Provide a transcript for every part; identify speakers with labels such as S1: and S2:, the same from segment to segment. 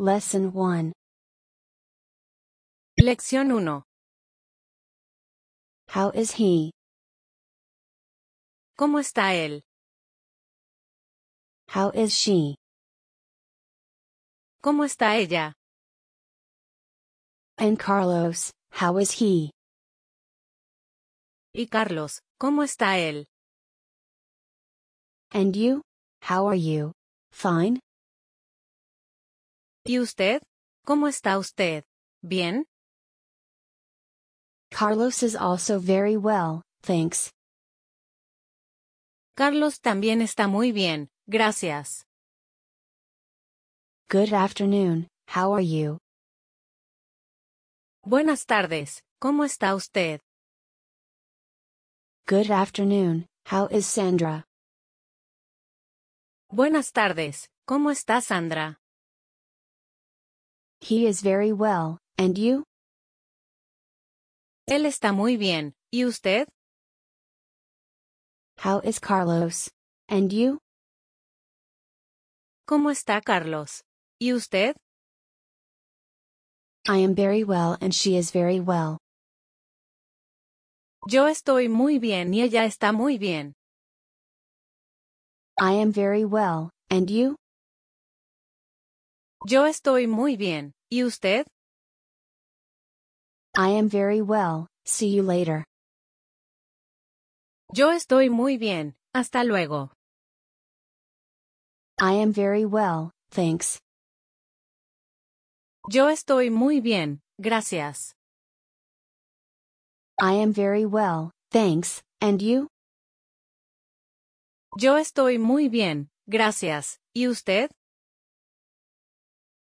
S1: Lesson 1.
S2: Lección 1.
S1: How is he?
S2: ¿Cómo está él?
S1: How is she?
S2: ¿Cómo está ella?
S1: And Carlos, how is he?
S2: Y Carlos, ¿cómo está él?
S1: And you? How are you? Fine?
S2: ¿Y usted? ¿Cómo está usted? ¿Bien?
S1: Carlos is also very well, thanks.
S2: Carlos también está muy bien, gracias.
S1: Good afternoon, how are you?
S2: Buenas tardes, ¿cómo está usted?
S1: Good afternoon, how is Sandra?
S2: Buenas tardes, ¿cómo está Sandra?
S1: He is very well, and you?
S2: Él está muy bien, ¿y usted?
S1: How is Carlos? And you?
S2: ¿Cómo está Carlos? ¿Y usted?
S1: I am very well and she is very well.
S2: Yo estoy muy bien y ella está muy bien.
S1: I am very well, and you?
S2: Yo estoy muy bien, ¿y usted?
S1: I am very well, see you later.
S2: Yo estoy muy bien, hasta luego.
S1: I am very well, thanks.
S2: Yo estoy muy bien, gracias.
S1: I am very well, thanks, and you?
S2: Yo estoy muy bien, gracias, ¿y usted?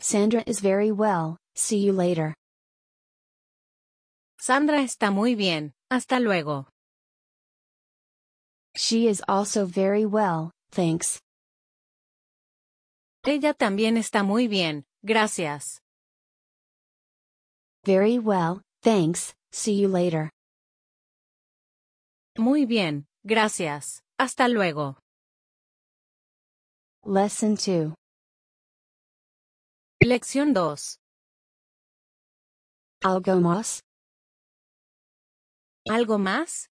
S1: Sandra is very well, see you later.
S2: Sandra está muy bien, hasta luego.
S1: She is also very well, thanks.
S2: Ella también está muy bien, gracias.
S1: Very well, thanks, see you later.
S2: Muy bien, gracias, hasta luego.
S1: Lesson 2.
S2: Lección 2.
S1: Algo más?
S2: ¿Algo más?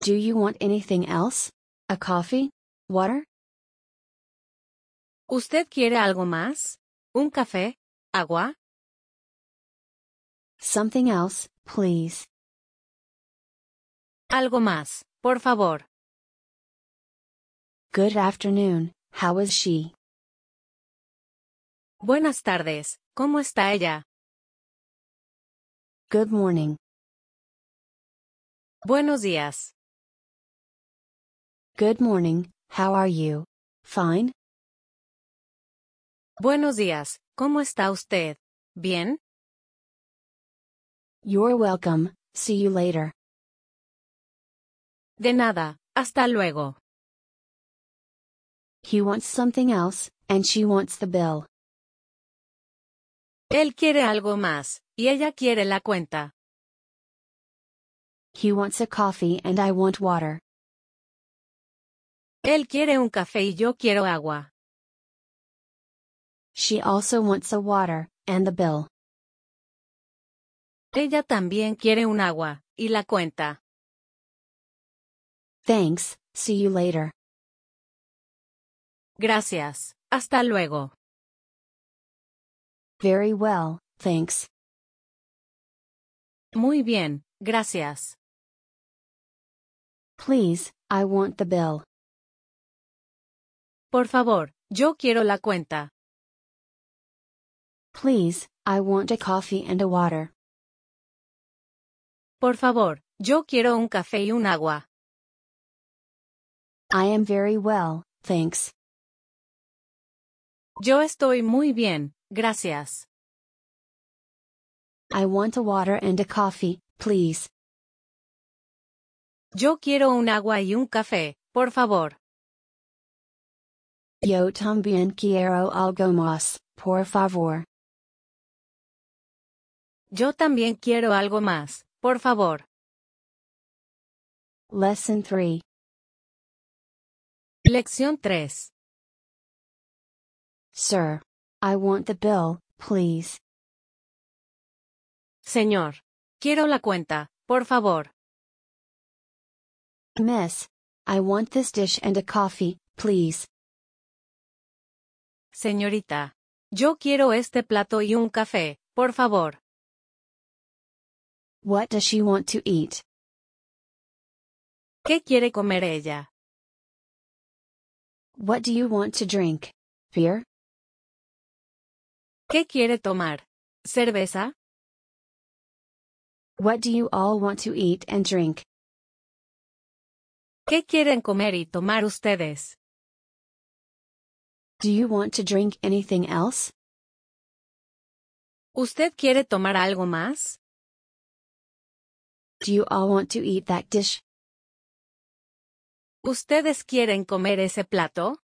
S1: Do you want anything else? A coffee? Water?
S2: ¿Usted quiere algo más? ¿Un café? ¿Agua?
S1: Something else, please.
S2: Algo más, por favor.
S1: Good afternoon, how is she?
S2: Buenas tardes, ¿cómo está ella?
S1: Good morning,
S2: Buenos días.
S1: good morning, how are you? Fine?
S2: Buenos días, ¿cómo está usted? ¿Bien?
S1: You're welcome, see you later.
S2: De nada, hasta luego.
S1: He wants something else, and she wants the bill.
S2: Él quiere algo más, y ella quiere la cuenta.
S1: He wants a coffee and I want water.
S2: Él quiere un café y yo quiero agua.
S1: She also wants a water, and the bill.
S2: Ella también quiere un agua, y la cuenta.
S1: Thanks, see you later.
S2: Gracias, hasta luego.
S1: Very well, thanks.
S2: Muy bien, gracias.
S1: Please, I want the bill.
S2: Por favor, yo quiero la cuenta.
S1: Please, I want a coffee and a water.
S2: Por favor, yo quiero un café y un agua.
S1: I am very well, thanks.
S2: Yo estoy muy bien, gracias.
S1: I want a water and a coffee, please.
S2: Yo quiero un agua y un café, por favor.
S1: Yo también quiero algo más, por favor.
S2: Yo también quiero algo más, por favor.
S1: Lesson 3.
S2: Lección 3.
S1: Sir. I want the bill, please.
S2: Señor. Quiero la cuenta, por favor.
S1: Miss. I want this dish and a coffee, please.
S2: Señorita. Yo quiero este plato y un café, por favor.
S1: What does she want to eat?
S2: ¿Qué quiere comer ella?
S1: What do you want to drink? Beer?
S2: ¿Qué quiere tomar? ¿Cerveza?
S1: What do you all want to eat and drink?
S2: ¿Qué quieren comer y tomar ustedes?
S1: Do you want to drink anything else?
S2: ¿Usted quiere tomar algo más?
S1: Do you all want to eat that dish?
S2: ¿Ustedes quieren comer ese plato?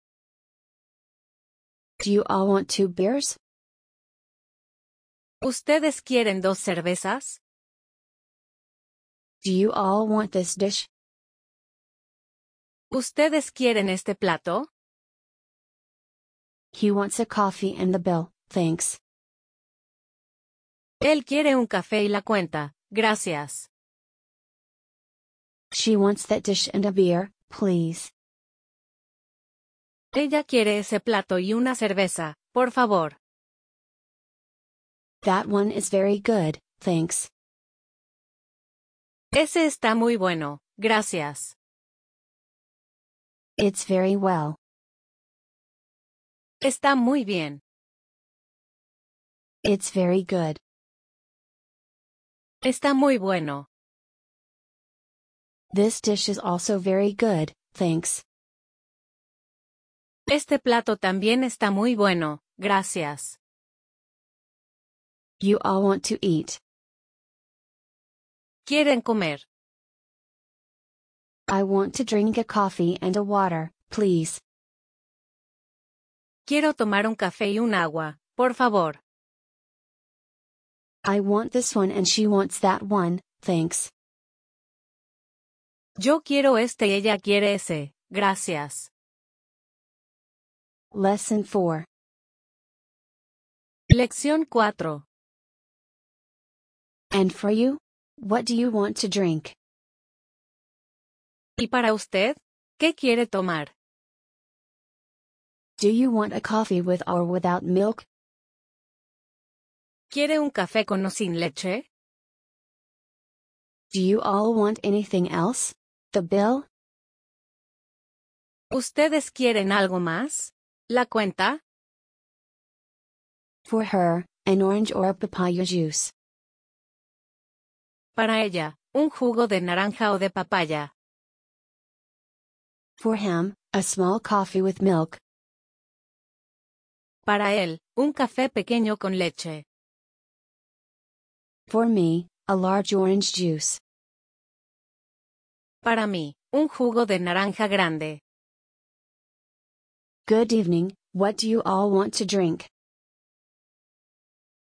S1: Do you all want two beers?
S2: ¿Ustedes quieren dos cervezas?
S1: Do you all want this dish?
S2: ¿Ustedes quieren este plato?
S1: He wants a coffee and the bill, thanks.
S2: Él quiere un café y la cuenta, gracias.
S1: She wants that dish and a beer, please.
S2: Ella quiere ese plato y una cerveza, por favor.
S1: That one is very good, thanks.
S2: Ese está muy bueno, gracias.
S1: It's very well.
S2: Está muy bien.
S1: It's very good.
S2: Está muy bueno.
S1: This dish is also very good, thanks.
S2: Este plato también está muy bueno, gracias.
S1: You all want to eat.
S2: Quieren comer.
S1: I want to drink a coffee and a water, please.
S2: Quiero tomar un café y un agua, por favor.
S1: I want this one and she wants that one, thanks.
S2: Yo quiero este y ella quiere ese, gracias.
S1: Lesson 4.
S2: Lección 4.
S1: And for you? What do you want to drink?
S2: ¿Y para usted? ¿Qué quiere tomar?
S1: Do you want a coffee with or without milk?
S2: ¿Quiere un café con o sin leche?
S1: Do you all want anything else? The bill?
S2: ¿Ustedes quieren algo más? ¿La cuenta?
S1: For her, an orange or papaya juice.
S2: Para ella, un jugo de naranja o de papaya.
S1: For him, a small coffee with milk.
S2: Para él, un café pequeño con leche.
S1: For me, a large orange juice.
S2: Para mí, un jugo de naranja grande.
S1: Good evening, what do you all want to drink?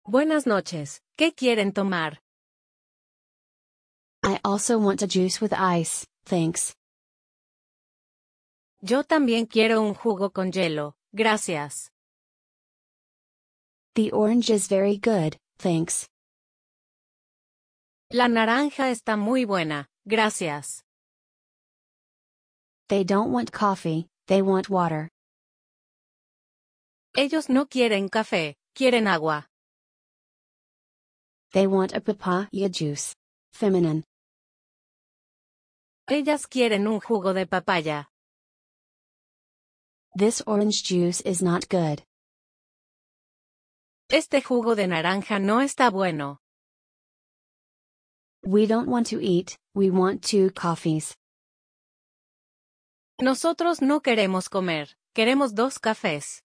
S2: Buenas noches, ¿qué quieren tomar?
S1: I also want a juice with ice, thanks.
S2: Yo también quiero un jugo con hielo, gracias.
S1: The orange is very good, thanks.
S2: La naranja está muy buena, gracias.
S1: They don't want coffee, they want water.
S2: Ellos no quieren café, quieren agua.
S1: They want a papaya juice. Feminine.
S2: Ellas quieren un jugo de papaya.
S1: This orange juice is not good.
S2: Este jugo de naranja no está bueno.
S1: We don't want to eat, we want two coffees.
S2: Nosotros no queremos comer, queremos dos cafés.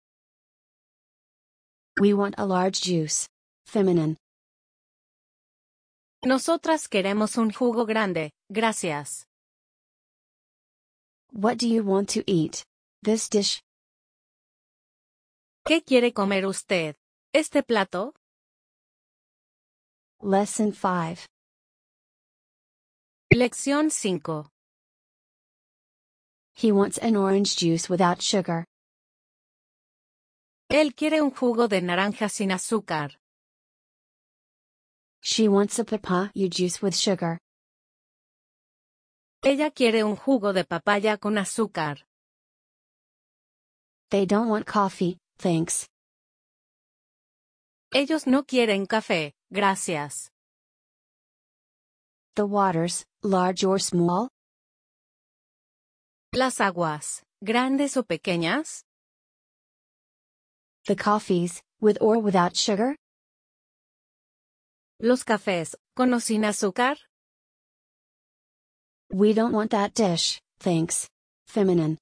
S1: We want a large juice. Feminine.
S2: Nosotras queremos un jugo grande, gracias.
S1: What do you want to eat? This dish.
S2: ¿Qué quiere comer usted? ¿Este plato?
S1: Lesson 5.
S2: Lección 5.
S1: He wants an orange juice without sugar.
S2: Él quiere un jugo de naranja sin azúcar.
S1: She wants a papaya juice with sugar.
S2: Ella quiere un jugo de papaya con azúcar.
S1: They don't want coffee, thanks.
S2: Ellos no quieren café, gracias.
S1: The waters, large or small?
S2: Las aguas, grandes o pequeñas?
S1: The coffees, with or without sugar?
S2: Los cafés, con o sin azúcar?
S1: We don't want that dish, thanks. Feminine.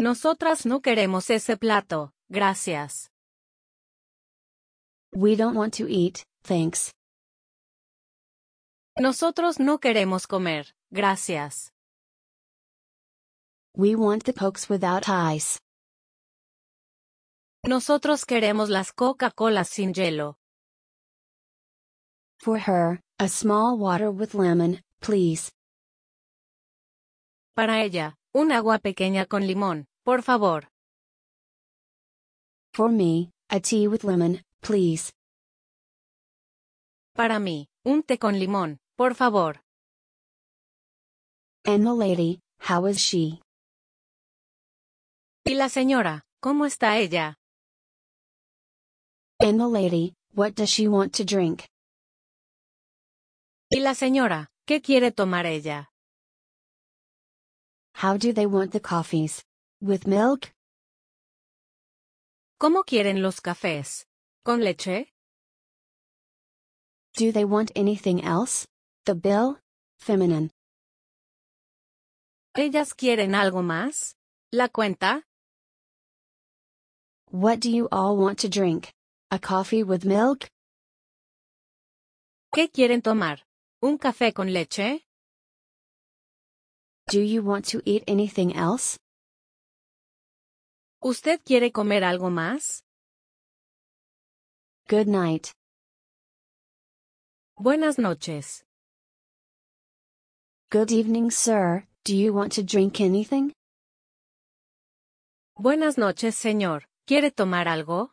S2: Nosotras no queremos ese plato, gracias.
S1: We don't want to eat, thanks.
S2: Nosotros no queremos comer, gracias.
S1: We want the pokes without ice.
S2: Nosotros queremos las Coca-Colas sin hielo.
S1: For her, a small water with lemon, please.
S2: Para ella, un agua pequeña con limón, por favor.
S1: For me, a tea with lemon, please.
S2: Para mí, un té con limón, por favor.
S1: And the lady, how is she?
S2: Y la señora, ¿cómo está ella?
S1: And the lady, what does she want to drink?
S2: Y la señora, ¿qué quiere tomar ella?
S1: How do they want the coffees? With milk?
S2: ¿Cómo quieren los cafés? ¿Con leche?
S1: Do they want anything else? The bill? Feminine.
S2: ¿Ellas quieren algo más? ¿La cuenta?
S1: What do you all want to drink? A coffee with milk?
S2: ¿Qué quieren tomar? ¿Un café con leche?
S1: Do you want to eat anything else?
S2: ¿Usted quiere comer algo más?
S1: Good night.
S2: Buenas noches.
S1: Good evening, sir. Do you want to drink anything?
S2: Buenas noches, señor. ¿Quiere tomar algo?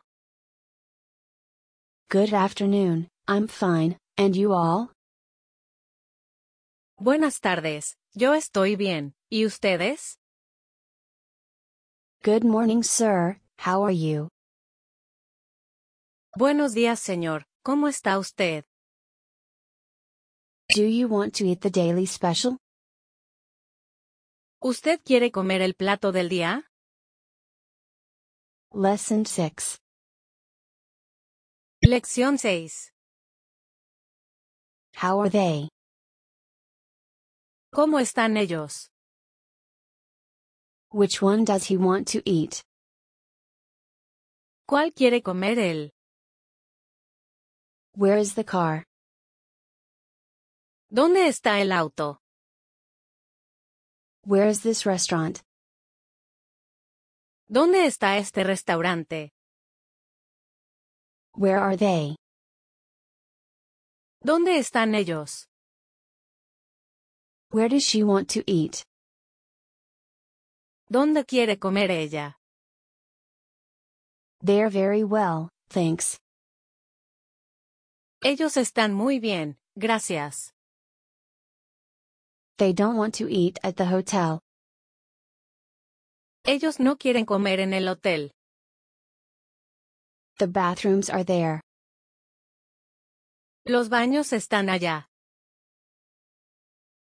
S1: Good afternoon. I'm fine. And you all?
S2: Buenas tardes. Yo estoy bien. ¿Y ustedes?
S1: Good morning, sir. How are you?
S2: Buenos días, señor. ¿Cómo está usted?
S1: Do you want to eat the daily special?
S2: ¿Usted quiere comer el plato del día?
S1: Lesson 6.
S2: Lección 6.
S1: How are they?
S2: ¿Cómo están ellos?
S1: Which one does he want to eat?
S2: ¿Cuál quiere comer él?
S1: Where is the car?
S2: ¿Dónde está el auto?
S1: Where is this restaurant?
S2: ¿Dónde está este restaurante?
S1: Where are they?
S2: ¿Dónde están ellos?
S1: Where does she want to eat?
S2: ¿Dónde quiere comer ella?
S1: They're very well, thanks.
S2: Ellos están muy bien, gracias.
S1: They don't want to eat at the hotel.
S2: Ellos no quieren comer en el hotel.
S1: The bathrooms are there.
S2: Los baños están allá.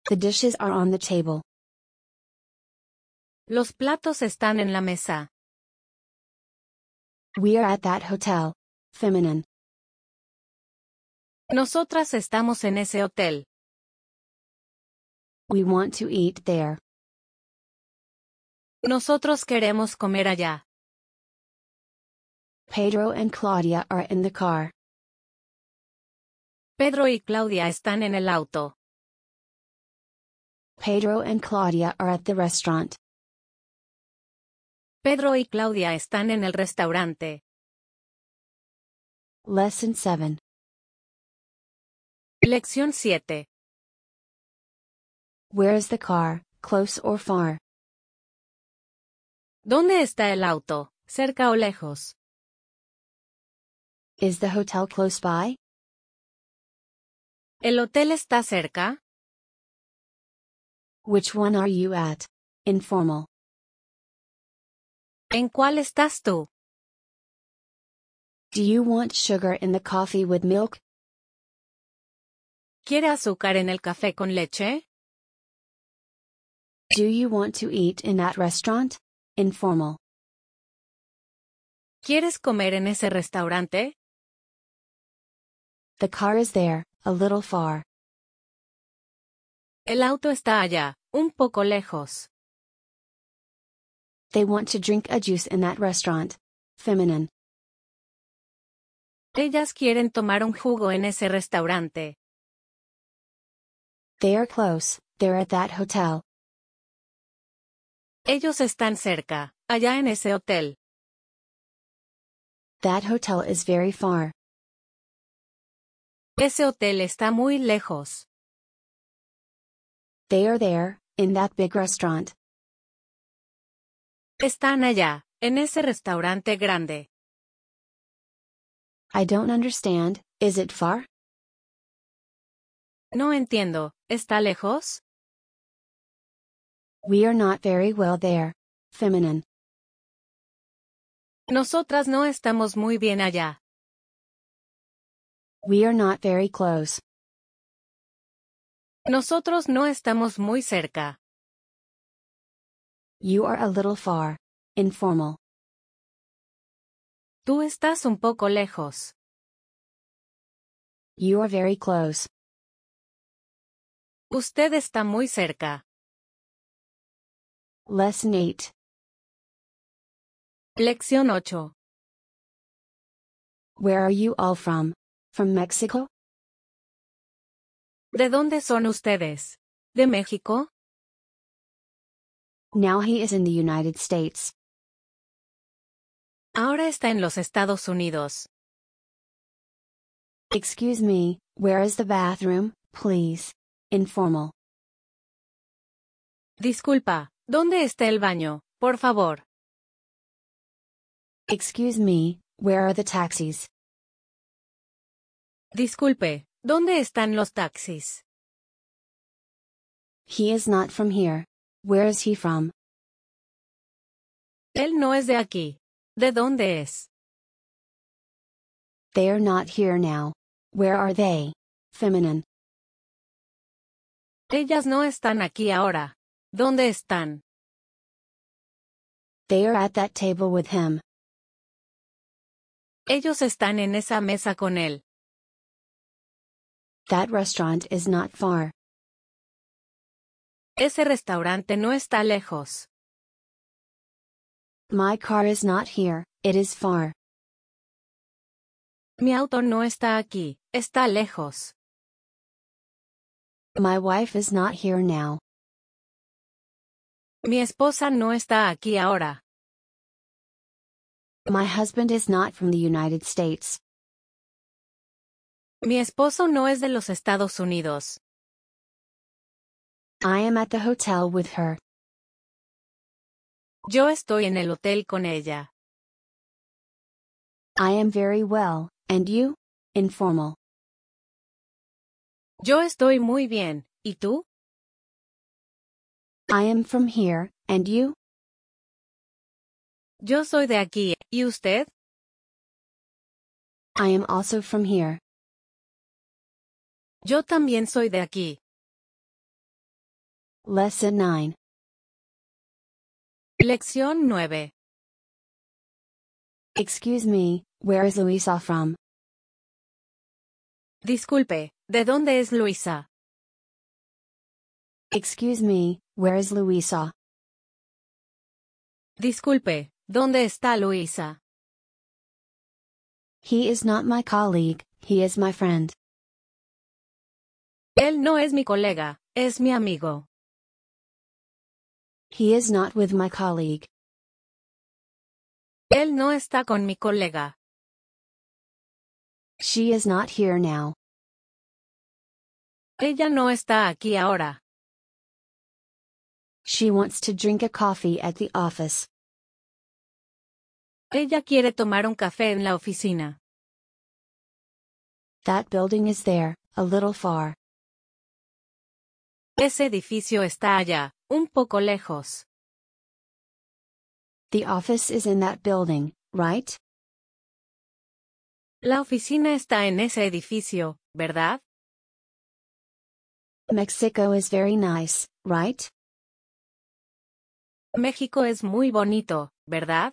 S1: The dishes are on the table.
S2: Los platos están en la mesa.
S1: We are at that hotel. Feminine.
S2: Nosotras estamos en ese hotel.
S1: We want to eat there.
S2: Nosotros queremos comer allá.
S1: Pedro and Claudia are in the car.
S2: Pedro y Claudia están en el auto.
S1: Pedro and Claudia are at the restaurant.
S2: Pedro y Claudia están en el restaurante.
S1: Lesson 7.
S2: Lección 7.
S1: Where is the car, close or far?
S2: ¿Dónde está el auto? Cerca o lejos.
S1: Is the hotel close by?
S2: ¿El hotel está cerca?
S1: Which one are you at? Informal.
S2: ¿En cuál estás tú?
S1: Do you want sugar in the coffee with milk?
S2: ¿Quiere azúcar en el café con leche?
S1: Do you want to eat in that restaurant? Informal.
S2: ¿Quieres comer en ese restaurante?
S1: The car is there, a little far.
S2: El auto está allá, un poco lejos.
S1: They want to drink a juice in that restaurant. Feminine.
S2: Ellas quieren tomar un jugo en ese restaurante.
S1: They are close, they're at that hotel.
S2: Ellos están cerca, allá en ese hotel.
S1: That hotel is very far.
S2: Ese hotel está muy lejos.
S1: They are there, in that big restaurant.
S2: Están allá, en ese restaurante grande.
S1: I don't understand, is it far?
S2: No entiendo, ¿está lejos?
S1: We are not very well there. Feminine.
S2: Nosotras no estamos muy bien allá.
S1: We are not very close.
S2: Nosotros no estamos muy cerca.
S1: You are a little far. Informal.
S2: Tú estás un poco lejos.
S1: You are very close.
S2: Usted está muy cerca.
S1: Lesson 8.
S2: Lección 8.
S1: Where are you all from? From Mexico?
S2: ¿De dónde son ustedes? ¿De México?
S1: Now he is in the United States.
S2: Ahora está en los Estados Unidos.
S1: Excuse me, where is the bathroom, please? Informal.
S2: Disculpa, ¿dónde está el baño, por favor?
S1: Excuse me, where are the taxis?
S2: Disculpe, ¿dónde están los taxis?
S1: He is not from here. Where is he from?
S2: Él no es de aquí. ¿De dónde es?
S1: They are not here now. Where are they? Feminine.
S2: Ellas no están aquí ahora. ¿Dónde están?
S1: They are at that table with him.
S2: Ellos están en esa mesa con él.
S1: That restaurant is not far.
S2: Ese restaurante no está lejos.
S1: My car is not here, it is far.
S2: Mi auto no está aquí, está lejos.
S1: My wife is not here now.
S2: Mi esposa no está aquí ahora.
S1: My husband is not from the United States.
S2: Mi esposo no es de los Estados Unidos.
S1: I am at the hotel with her.
S2: Yo estoy en el hotel con ella.
S1: I am very well, and you? Informal.
S2: Yo estoy muy bien, ¿y tú?
S1: I am from here, and you?
S2: Yo soy de aquí, ¿y usted?
S1: I am also from here.
S2: Yo también soy de aquí.
S1: Lesson 9.
S2: Lección 9.
S1: Excuse me, where is Luisa from?
S2: Disculpe, ¿de dónde es Luisa?
S1: Excuse me, where is Luisa?
S2: Disculpe, ¿dónde está Luisa?
S1: He is not my colleague, he is my friend.
S2: Él no es mi colega, es mi amigo.
S1: He is not with my colleague.
S2: Él no está con mi colega.
S1: She is not here now.
S2: Ella no está aquí ahora.
S1: She wants to drink a coffee at the office.
S2: Ella quiere tomar un café en la oficina.
S1: That building is there, a little far.
S2: Ese edificio está allá, un poco lejos.
S1: The office is in that building, right?
S2: La oficina está en ese edificio, ¿verdad?
S1: Mexico is very nice, right?
S2: México es muy bonito, ¿verdad?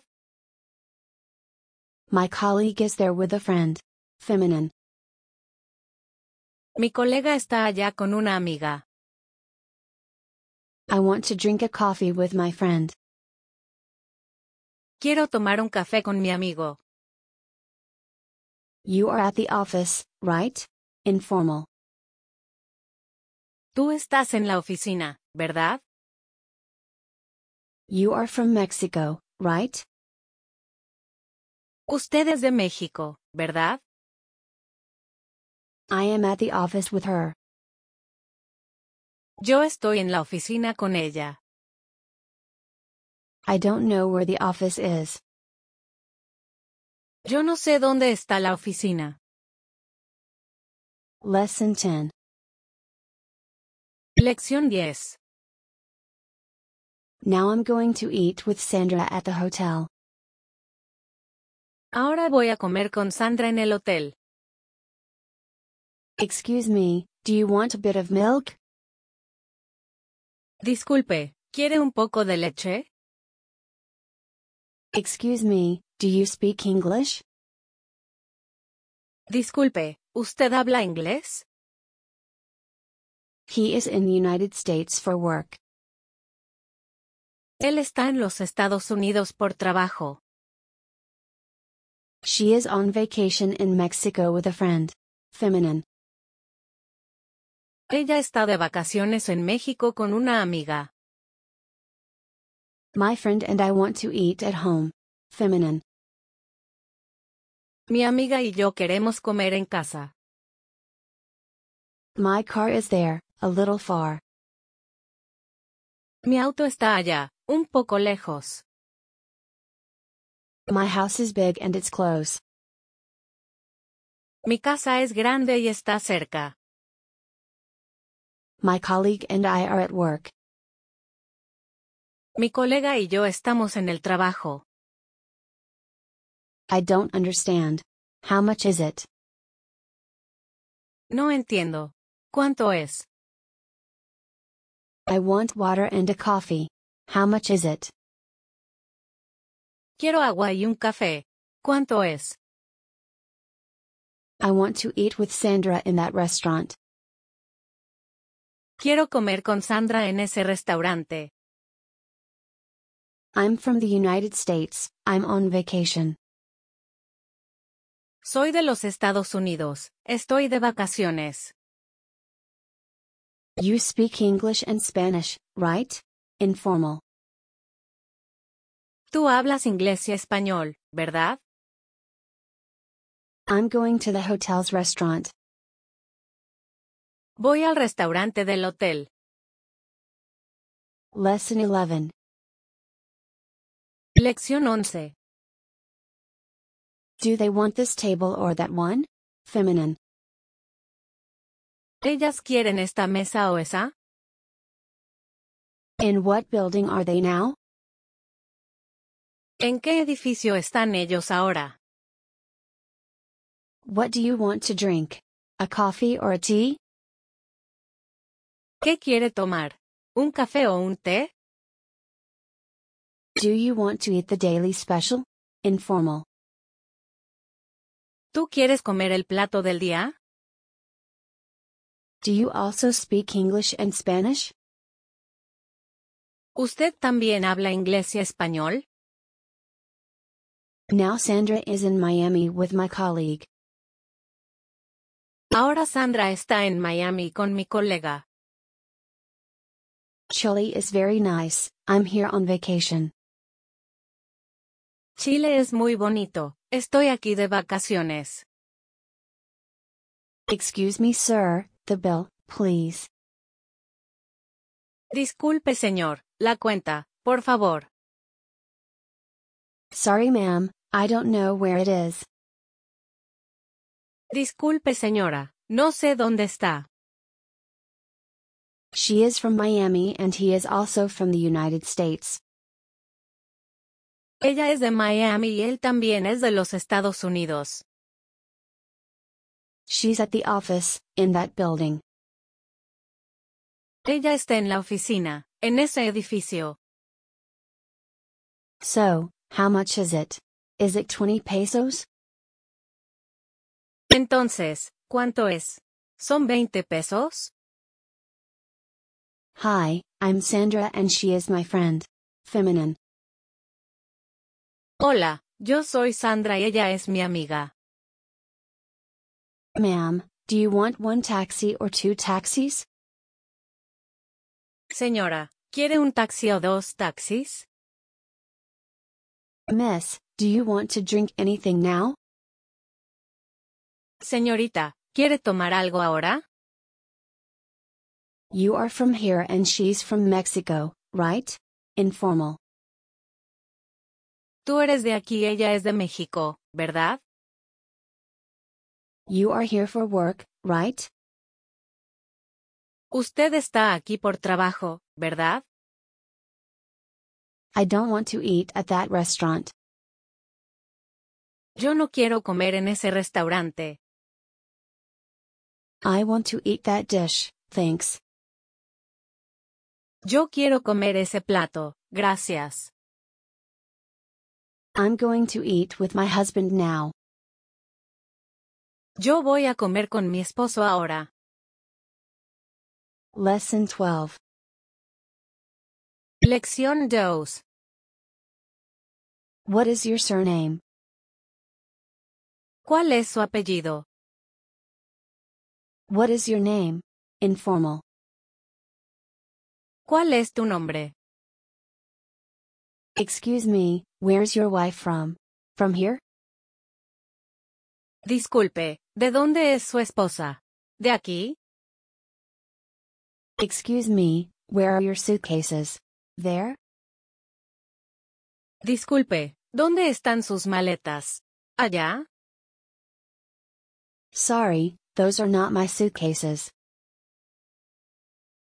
S1: My colleague is there with a friend. Feminine.
S2: Mi colega está allá con una amiga.
S1: I want to drink a coffee with my friend.
S2: Quiero tomar un café con mi amigo.
S1: You are at the office, right? Informal.
S2: Tú estás en la oficina, ¿verdad?
S1: You are from Mexico, right?
S2: Usted es de México, ¿verdad?
S1: I am at the office with her.
S2: Yo estoy en la oficina con ella.
S1: I don't know where the office is.
S2: Yo no sé dónde está la oficina.
S1: Lesson 10.
S2: Lección 10.
S1: Now I'm going to eat with Sandra at the hotel.
S2: Ahora voy a comer con Sandra en el hotel.
S1: Excuse me, do you want a bit of milk?
S2: Disculpe, ¿quiere un poco de leche?
S1: Excuse me, do you speak English?
S2: Disculpe, ¿usted habla inglés?
S1: He is in the United States for work.
S2: Él está en los Estados Unidos por trabajo.
S1: She is on vacation in Mexico with a friend. Feminine.
S2: Ella está de vacaciones en México con una amiga.
S1: My friend and I want to eat at home. Feminine.
S2: Mi amiga y yo queremos comer en casa.
S1: My car is there, a little far.
S2: Mi auto está allá, un poco lejos.
S1: My house is big and it's close.
S2: Mi casa es grande y está cerca.
S1: My colleague and I are at work.
S2: Mi colega y yo estamos en el trabajo.
S1: I don't understand. How much is it?
S2: No entiendo. ¿Cuánto es?
S1: I want water and a coffee. How much is it?
S2: Quiero agua y un café. ¿Cuánto es?
S1: I want to eat with Sandra in that restaurant.
S2: Quiero comer con Sandra en ese restaurante.
S1: I'm from the United States, I'm on vacation.
S2: Soy de los Estados Unidos, estoy de vacaciones.
S1: You speak English and Spanish, right? Informal.
S2: Tú hablas inglés y español, ¿verdad?
S1: I'm going to the hotel's restaurant.
S2: Voy al restaurante del hotel.
S1: Lesson 11.
S2: Lección 11.
S1: Do they want this table or that one? Feminine.
S2: ¿Ellas quieren esta mesa o esa?
S1: In what building are they now?
S2: ¿En qué edificio están ellos ahora?
S1: What do you want to drink? A coffee or a tea?
S2: ¿Qué quiere tomar? ¿Un café o un té?
S1: Do you want to eat the daily special? Informal.
S2: ¿Tú quieres comer el plato del día?
S1: Do you also speak English and Spanish?
S2: ¿Usted también habla inglés y español?
S1: Now Sandra is in Miami with my colleague.
S2: Ahora Sandra está en Miami con mi colega.
S1: Chile is very nice, I'm here on vacation.
S2: Chile es muy bonito, estoy aquí de vacaciones.
S1: Excuse me, sir, the bill, please.
S2: Disculpe señor, la cuenta, por favor.
S1: Sorry, ma'am, I don't know where it is.
S2: Disculpe señora, no sé dónde está.
S1: She is from Miami and he is also from the United States.
S2: Ella es de Miami y él también es de los Estados Unidos.
S1: She's at the office, in that building.
S2: Ella está en la oficina, en ese edificio.
S1: So, how much is it? Is it 20 pesos?
S2: Entonces, ¿cuánto es? ¿Son 20 pesos?
S1: Hi, I'm Sandra and she is my friend. Feminine.
S2: Hola, yo soy Sandra y ella es mi amiga.
S1: Ma'am, do you want one taxi or two taxis?
S2: Señora, ¿quiere un taxi o dos taxis?
S1: Miss, do you want to drink anything now?
S2: Señorita, ¿quiere tomar algo ahora?
S1: You are from here and she's from Mexico, right? Informal.
S2: Tú eres de aquí, ella es de México, ¿verdad?
S1: You are here for work, right?
S2: Usted está aquí por trabajo, ¿verdad?
S1: I don't want to eat at that restaurant.
S2: Yo no quiero comer en ese restaurante.
S1: I want to eat that dish, thanks.
S2: Yo quiero comer ese plato, gracias.
S1: I'm going to eat with my husband now.
S2: Yo voy a comer con mi esposo ahora.
S1: Lesson 12.
S2: Lección 2.
S1: What is your surname?
S2: ¿Cuál es su apellido?
S1: What is your name? Informal.
S2: ¿Cuál es tu nombre?
S1: Excuse me, where's your wife from? From here?
S2: Disculpe, ¿de dónde es su esposa? ¿De aquí?
S1: Excuse me, where are your suitcases? There?
S2: Disculpe, ¿dónde están sus maletas? ¿Allá?
S1: Sorry, those are not my suitcases.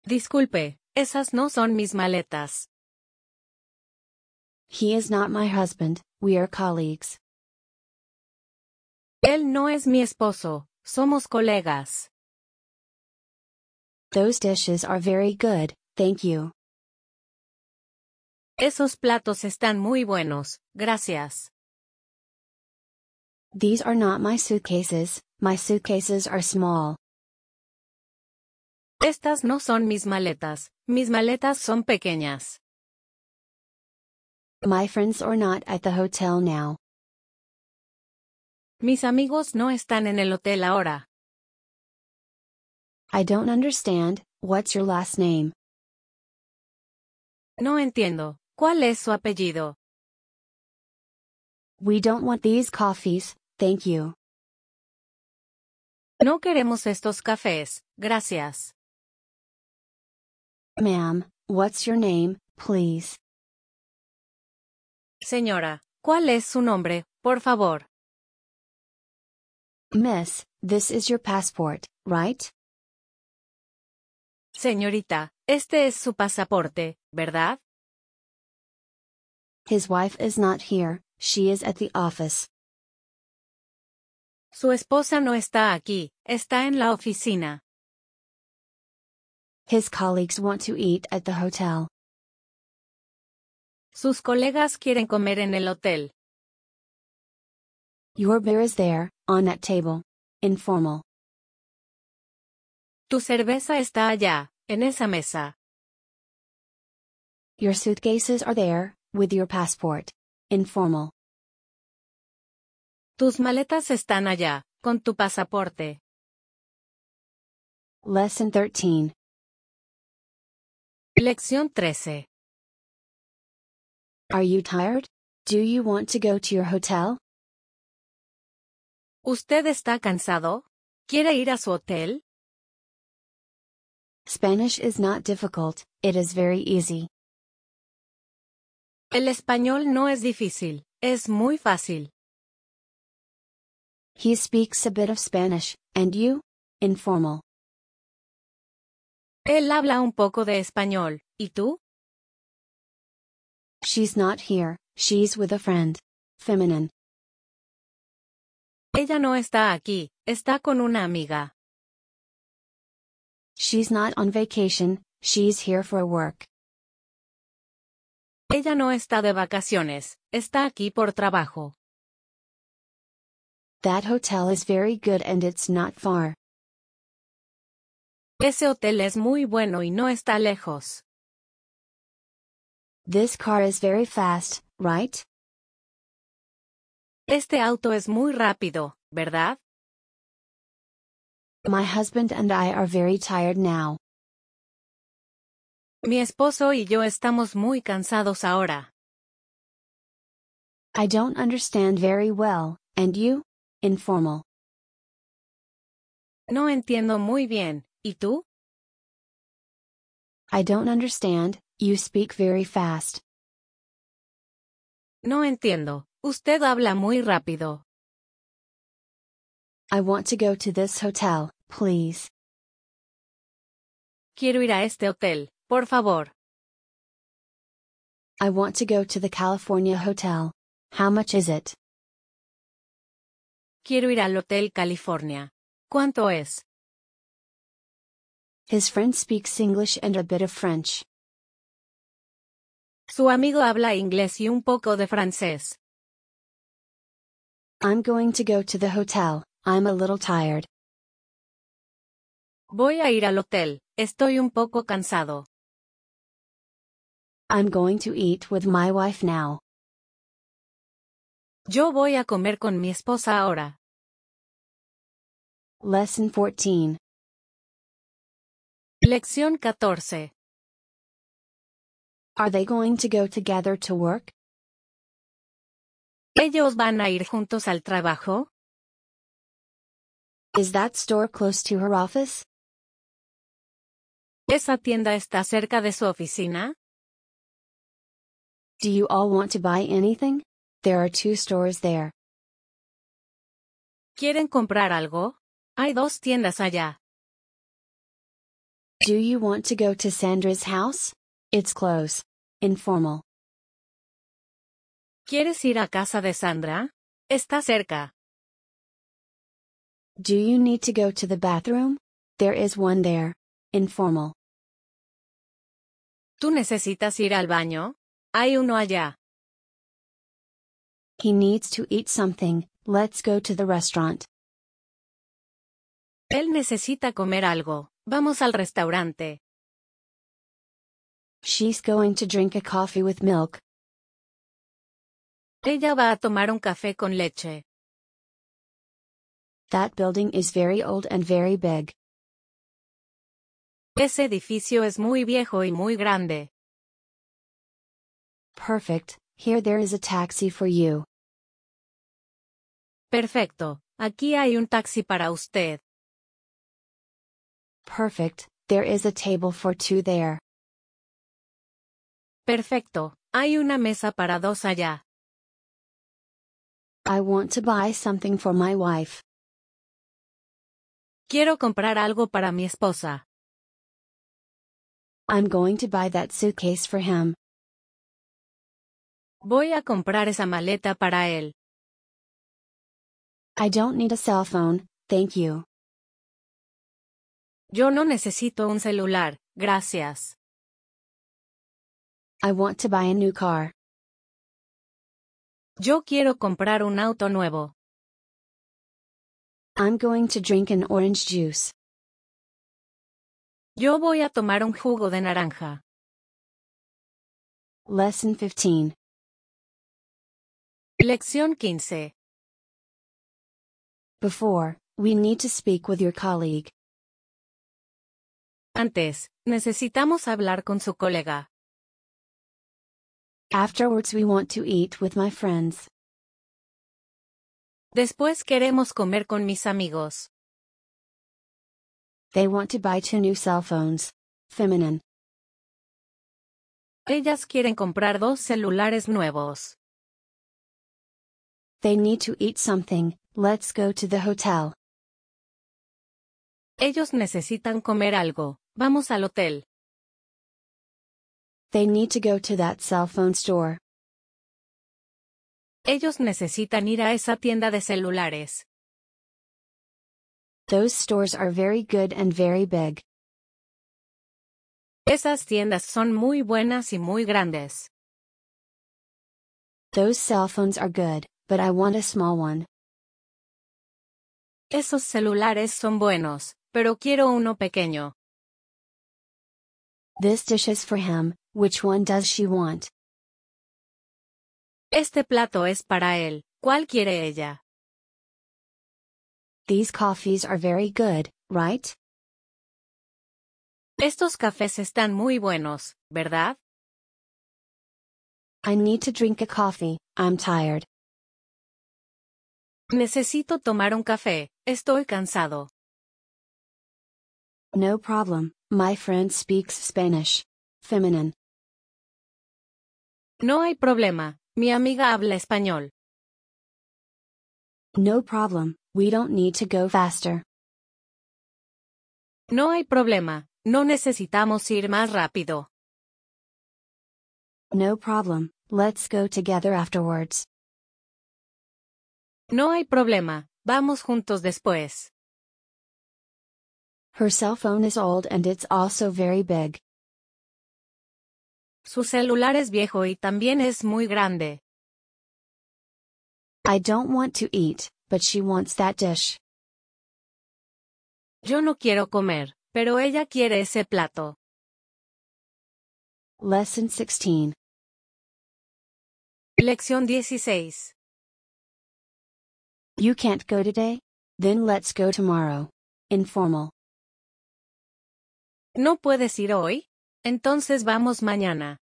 S2: Disculpe, esas no son mis maletas.
S1: He is not my husband, we are colleagues.
S2: Él no es mi esposo, somos colegas.
S1: Those dishes are very good, thank you.
S2: Esos platos están muy buenos, gracias.
S1: These are not my suitcases, my suitcases are small.
S2: Estas no son mis maletas, mis maletas son pequeñas.
S1: My friends are not at the hotel now.
S2: Mis amigos no están en el hotel ahora.
S1: I don't understand, what's your last name?
S2: No entiendo, ¿cuál es su apellido?
S1: We don't want these coffees, thank you.
S2: No queremos estos cafés, gracias.
S1: Ma'am, what's your name, please?
S2: Señora, ¿cuál es su nombre, por favor?
S1: Miss, this is your passport, right?
S2: Señorita, este es su pasaporte, ¿verdad?
S1: His wife is not here, she is at the office.
S2: Su esposa no está aquí, está en la oficina.
S1: His colleagues want to eat at the hotel.
S2: Sus colegas quieren comer en el hotel.
S1: Your beer is there, on that table. Informal.
S2: Tu cerveza está allá, en esa mesa.
S1: Your suitcases are there, with your passport. Informal.
S2: Tus maletas están allá, con tu pasaporte.
S1: Lesson 13.
S2: Lección 13.
S1: Are you tired? Do you want to go to your hotel?
S2: ¿Usted está cansado? ¿Quiere ir a su hotel?
S1: Spanish is not difficult, it is very easy.
S2: El español no es difícil, Es muy fácil.
S1: He speaks a bit of Spanish, and you? Informal.
S2: Él habla un poco de español, ¿y tú?
S1: She's not here, she's with a friend. Feminine.
S2: Ella no está aquí, está con una amiga.
S1: She's not on vacation, she's here for work.
S2: Ella no está de vacaciones, está aquí por trabajo.
S1: That hotel is very good and it's not far.
S2: Ese hotel es muy bueno y no está lejos.
S1: This car is very fast, right?
S2: Este auto es muy rápido, ¿verdad?
S1: My husband and I are very tired now.
S2: Mi esposo y yo estamos muy cansados ahora.
S1: I don't understand very well, and you? Informal.
S2: No entiendo muy bien, ¿y tú?
S1: I don't understand, you speak very fast.
S2: No entiendo. Usted habla muy rápido.
S1: I want to go to this hotel, please.
S2: Quiero ir a este hotel, por favor.
S1: I want to go to the California Hotel. How much is it?
S2: Quiero ir al Hotel California. ¿Cuánto es?
S1: His friend speaks English and a bit of French.
S2: Su amigo habla inglés y un poco de francés.
S1: I'm going to go to the hotel, I'm a little tired.
S2: Voy a ir al hotel, estoy un poco cansado.
S1: I'm going to eat with my wife now.
S2: Yo voy a comer con mi esposa ahora.
S1: Lesson 14.
S2: Lección 14.
S1: Are they going to go together to work?
S2: ¿Ellos van a ir juntos al trabajo?
S1: Is that store close to her office?
S2: ¿Esa tienda está cerca de su oficina?
S1: Do you all want to buy anything? There are two stores there.
S2: ¿Quieren comprar algo? Hay dos tiendas allá.
S1: Do you want to go to Sandra's house? It's close. Informal.
S2: ¿Quieres ir a casa de Sandra? Está cerca.
S1: Do you need to go to the bathroom? There is one there. Informal.
S2: ¿Tú necesitas ir al baño? Hay uno allá.
S1: He needs to eat something, let's go to the restaurant.
S2: Él necesita comer algo. Vamos al restaurante.
S1: She's going to drink a coffee with milk.
S2: Ella va a tomar un café con leche.
S1: That building is very old and very big.
S2: Ese edificio es muy viejo y muy grande.
S1: Perfect, here there is a taxi for you.
S2: Perfecto. Aquí hay un taxi para usted.
S1: Perfect, there is a table for two there.
S2: Perfecto. Hay una mesa para dos allá.
S1: I want to buy something for my wife.
S2: Quiero comprar algo para mi esposa.
S1: I'm going to buy that suitcase for him.
S2: Voy a comprar esa maleta para él.
S1: I don't need a cell phone, thank you.
S2: Yo no necesito un celular, gracias.
S1: I want to buy a new car.
S2: Yo quiero comprar un auto nuevo.
S1: I'm going to drink an orange juice.
S2: Yo voy a tomar un jugo de naranja.
S1: Lesson 15.
S2: Lección 15.
S1: Before, we need to speak with your colleague.
S2: Antes, necesitamos hablar con su colega.
S1: Afterwards, we want to eat with my friends.
S2: Después queremos comer con mis amigos.
S1: They want to buy two new cell phones. Feminine.
S2: Ellas quieren comprar dos celulares nuevos.
S1: They need to eat something, let's go to the hotel.
S2: Ellos necesitan comer algo. Vamos al hotel.
S1: They need to go to that cell phone store.
S2: Ellos necesitan ir a esa tienda de celulares.
S1: Those stores are very good and very big.
S2: Esas tiendas son muy buenas y muy grandes.
S1: Those cell phones are good, but I want a small one.
S2: Esos celulares son buenos, pero quiero uno pequeño.
S1: This dish is for him, which one does she want?
S2: Este plato es para él. ¿Cuál quiere ella?
S1: These coffees are very good, right?
S2: Estos cafés están muy buenos, ¿verdad?
S1: I need to drink a coffee, I'm tired.
S2: Necesito tomar un café. Estoy cansado.
S1: No problem, my friend speaks Spanish. Feminine.
S2: No hay problema. Mi amiga habla español.
S1: No problem, we don't need to go faster.
S2: No hay problema. No necesitamos ir más rápido.
S1: No problem, let's go together afterwards.
S2: No hay problema. Vamos juntos después.
S1: Her cell phone is old and it's also very big.
S2: Su celular es viejo y también es muy grande.
S1: I don't want to eat, but she wants that dish.
S2: Yo no quiero comer, pero ella quiere ese plato.
S1: Lesson 16.
S2: Lección 16.
S1: You can't go today? Then let's go tomorrow. Informal.
S2: ¿No puedes ir hoy? Entonces vamos mañana.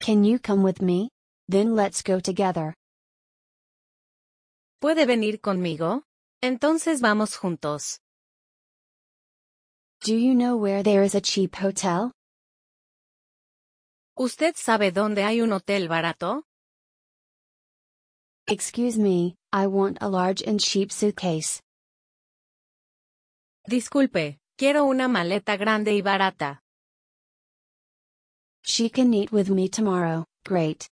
S1: Can you come with me? Then let's go together.
S2: ¿Puede venir conmigo? Entonces vamos juntos.
S1: Do you know where there is a cheap hotel?
S2: ¿Usted sabe dónde hay un hotel barato?
S1: Excuse me, I want a large and cheap suitcase.
S2: Disculpe, quiero una maleta grande y barata.
S1: She can eat with me tomorrow, great.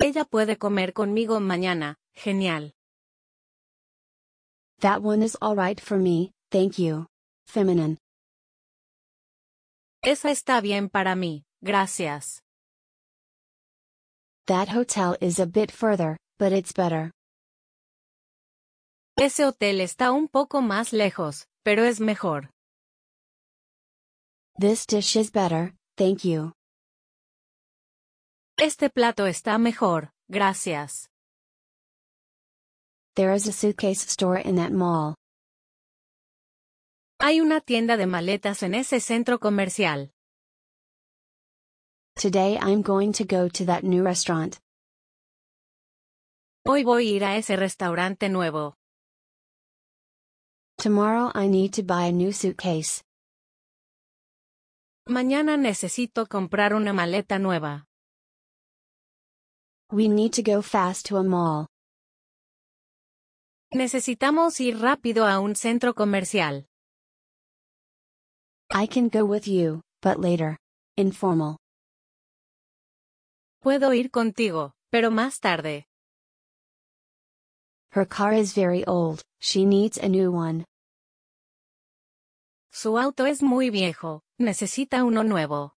S2: Ella puede comer conmigo mañana. Genial.
S1: That one is alright for me, thank you. Feminine.
S2: Esa está bien para mí. Gracias.
S1: That hotel is a bit further, but it's better.
S2: Ese hotel está un poco más lejos, pero es mejor.
S1: This dish is better, thank you.
S2: Este plato está mejor. Gracias.
S1: There is a suitcase store in that mall.
S2: Hay una tienda de maletas en ese centro comercial.
S1: Today I'm going to go to that new restaurant.
S2: Hoy voy a ir a ese restaurante nuevo.
S1: Tomorrow I need to buy a new suitcase.
S2: Mañana necesito comprar una maleta nueva.
S1: We need to go fast to a mall.
S2: Necesitamos ir rápido a un centro comercial.
S1: I can go with you, but later. Informal.
S2: Puedo ir contigo, pero más tarde.
S1: Her car is very old, she needs a new one.
S2: Su auto es muy viejo, necesita uno nuevo.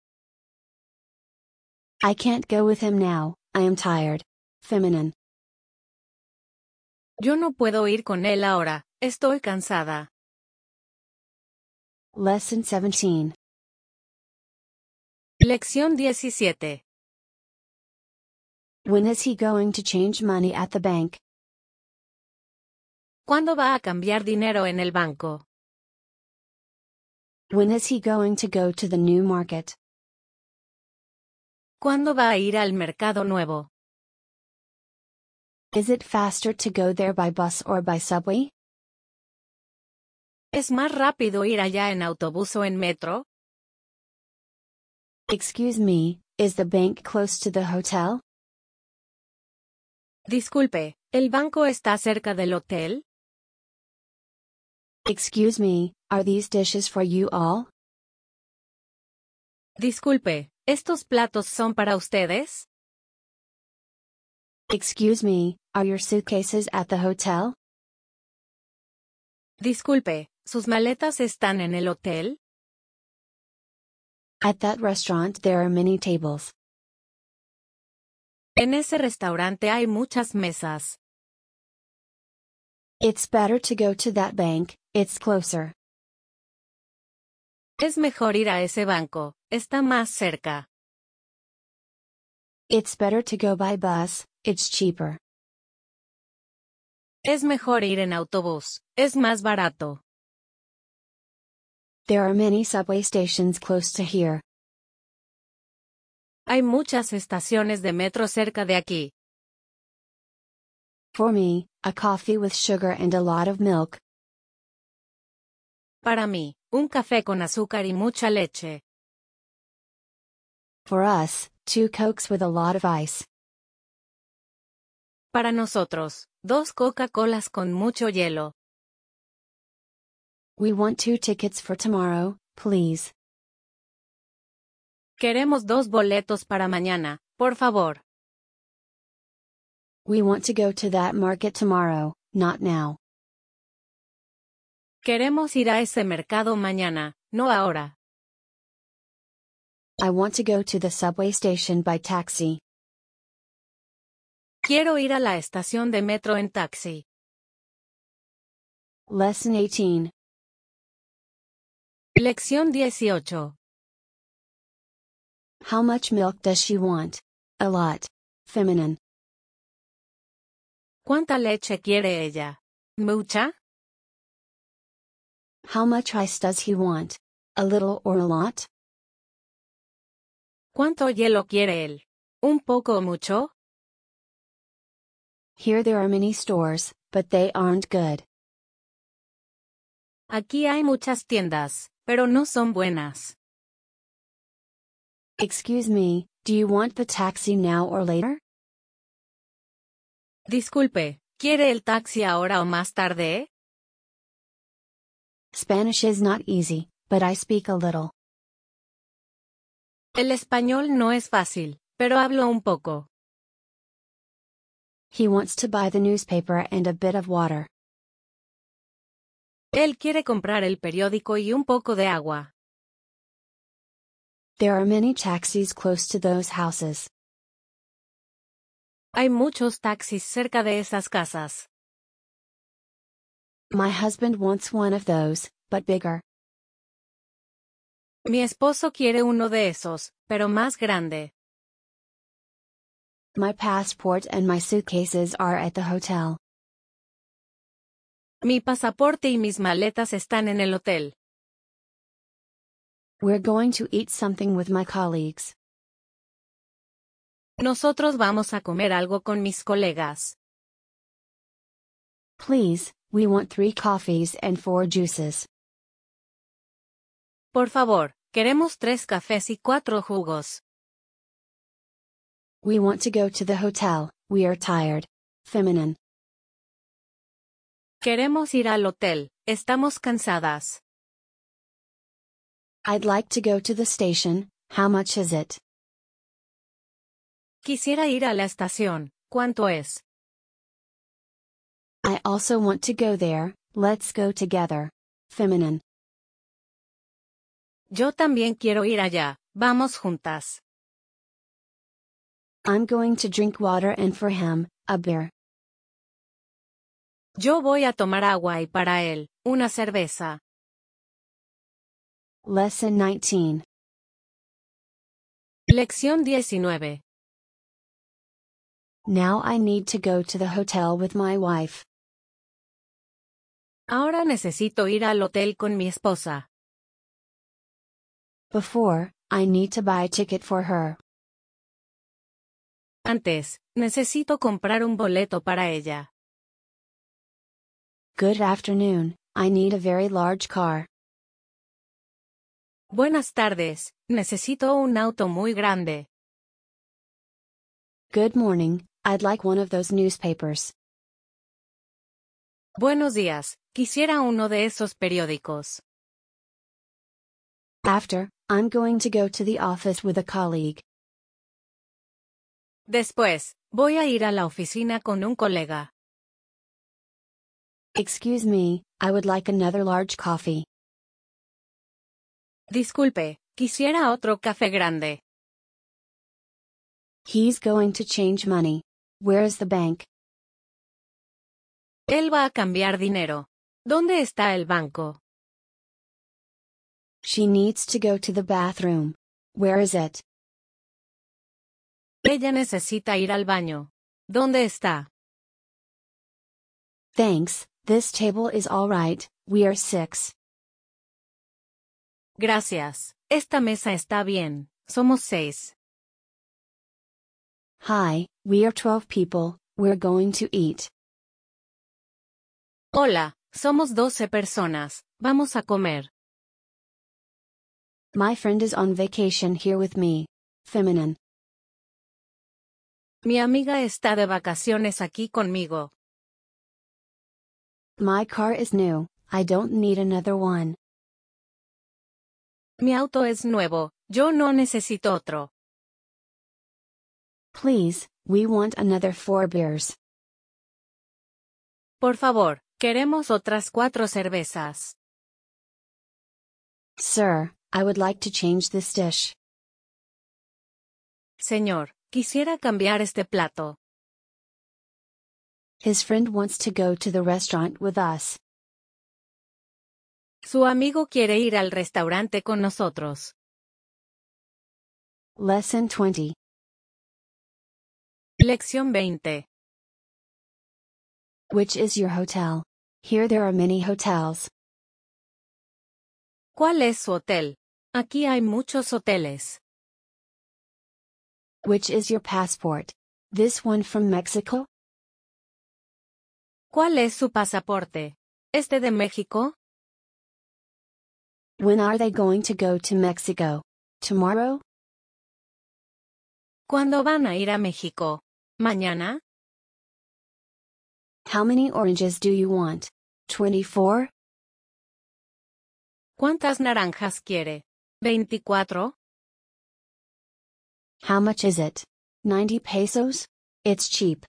S1: I can't go with him now, I am tired. Feminine.
S2: Yo no puedo ir con él ahora, estoy cansada.
S1: Lesson 17.
S2: Lección 17.
S1: When is he going to change money at the bank?
S2: ¿Cuándo va a cambiar dinero en el banco?
S1: When is he going to go to the new market?
S2: ¿Cuándo va a ir al mercado nuevo?
S1: Is it faster to go there by bus or by subway?
S2: ¿Es más rápido ir allá en autobús o en metro?
S1: Excuse me, is the bank close to the hotel?
S2: Disculpe, ¿el banco está cerca del hotel?
S1: Excuse me, are these dishes for you all?
S2: Disculpe, ¿estos platos son para ustedes?
S1: Excuse me, are your suitcases at the hotel?
S2: Disculpe, ¿sus maletas están en el hotel?
S1: At that restaurant there are many tables.
S2: En ese restaurante hay muchas mesas.
S1: It's better to go to that bank, it's closer.
S2: Es mejor ir a ese banco, está más cerca.
S1: It's better to go by bus, it's cheaper.
S2: Es mejor ir en autobús, es más barato.
S1: There are many subway stations close to here.
S2: Hay muchas estaciones de metro cerca de aquí.
S1: For me, a coffee with sugar and a lot of milk.
S2: Para mí, un café con azúcar y mucha leche.
S1: For us, two cokes with a lot of ice.
S2: Para nosotros, dos Coca-Colas con mucho hielo.
S1: We want two tickets for tomorrow, please.
S2: Queremos dos boletos para mañana, por favor.
S1: We want to go to that market tomorrow, not now.
S2: Queremos ir a ese mercado mañana, no ahora.
S1: I want to go to the subway station by taxi.
S2: Quiero ir a la estación de metro en taxi.
S1: Lesson 18.
S2: Lección 18.
S1: How much milk does she want? A lot. Feminine.
S2: ¿Cuánta leche quiere ella? ¿Mucha?
S1: How much ice does he want? A little or a lot?
S2: ¿Cuánto hielo quiere él? ¿Un poco o mucho?
S1: Here there are many stores, but they aren't good.
S2: Aquí hay muchas tiendas, pero no son buenas.
S1: Excuse me, do you want the taxi now or later?
S2: Disculpe, ¿quiere el taxi ahora o más tarde?
S1: Spanish is not easy, but I speak a little.
S2: El español no es fácil, pero hablo un poco.
S1: He wants to buy the newspaper and a bit of water.
S2: Él quiere comprar el periódico y un poco de agua.
S1: There are many taxis close to those houses.
S2: Hay muchos taxis cerca de esas casas.
S1: My husband wants one of those, but bigger.
S2: Mi esposo quiere uno de esos, pero más grande.
S1: My passport and my suitcases are at the hotel.
S2: Mi pasaporte y mis maletas están en el hotel.
S1: We're going to eat something with my colleagues.
S2: Nosotros vamos a comer algo con mis colegas.
S1: Please, we want three coffees and four juices.
S2: Por favor, queremos tres cafés y cuatro jugos.
S1: We want to go to the hotel, we are tired. Feminine.
S2: Queremos ir al hotel, estamos cansadas.
S1: I'd like to go to the station, how much is it?
S2: Quisiera ir a la estación, ¿cuánto es?
S1: I also want to go there, let's go together. Feminine.
S2: Yo también quiero ir allá, vamos juntas.
S1: I'm going to drink water and for him, a beer.
S2: Yo voy a tomar agua y para él, una cerveza.
S1: Lesson 19.
S2: Lección 19.
S1: Now I need to go to the hotel with my wife.
S2: Ahora necesito ir al hotel con mi esposa.
S1: Before, I need to buy a ticket for her.
S2: Antes, necesito comprar un boleto para ella.
S1: Good afternoon, I need a very large car.
S2: Buenas tardes, necesito un auto muy grande.
S1: Good morning, I'd like one of those newspapers.
S2: Buenos días, quisiera uno de esos periódicos.
S1: After, I'm going to go to the office with a colleague.
S2: Después, voy a ir a la oficina con un colega.
S1: Excuse me, I would like another large coffee.
S2: Disculpe, quisiera otro café grande.
S1: He's going to change money. Where is the bank?
S2: Él va a cambiar dinero. ¿Dónde está el banco?
S1: She needs to go to the bathroom. Where is it?
S2: Ella necesita ir al baño. ¿Dónde está?
S1: Thanks, this table is alright, we are six.
S2: Gracias. Esta mesa está bien. Somos seis.
S1: Hi, we are 12 people, we're going to eat.
S2: Hola, somos 12 personas. Vamos a comer.
S1: My friend is on vacation here with me. Feminine.
S2: Mi amiga está de vacaciones aquí conmigo.
S1: My car is new, I don't need another one.
S2: Mi auto es nuevo. Yo no necesito otro.
S1: Please, we want another four beers.
S2: Por favor, queremos otras cuatro cervezas.
S1: Sir, I would like to change this dish.
S2: Señor, quisiera cambiar este plato.
S1: His friend wants to go to the restaurant with us.
S2: Su amigo quiere ir al restaurante con nosotros.
S1: Lesson 20.
S2: Lección 20.
S1: Which is your hotel? Here there are many hotels.
S2: ¿Cuál es su hotel? Aquí hay muchos hoteles.
S1: Which is your passport? This one from Mexico?
S2: ¿Cuál es su pasaporte? ¿Este de México?
S1: When are they going to go to Mexico? Tomorrow?
S2: ¿Cuándo van a ir a México? ¿Mañana?
S1: How many oranges do you want? 24?
S2: ¿Cuántas naranjas quiere? ¿24?
S1: How much is it? 90 pesos? It's cheap.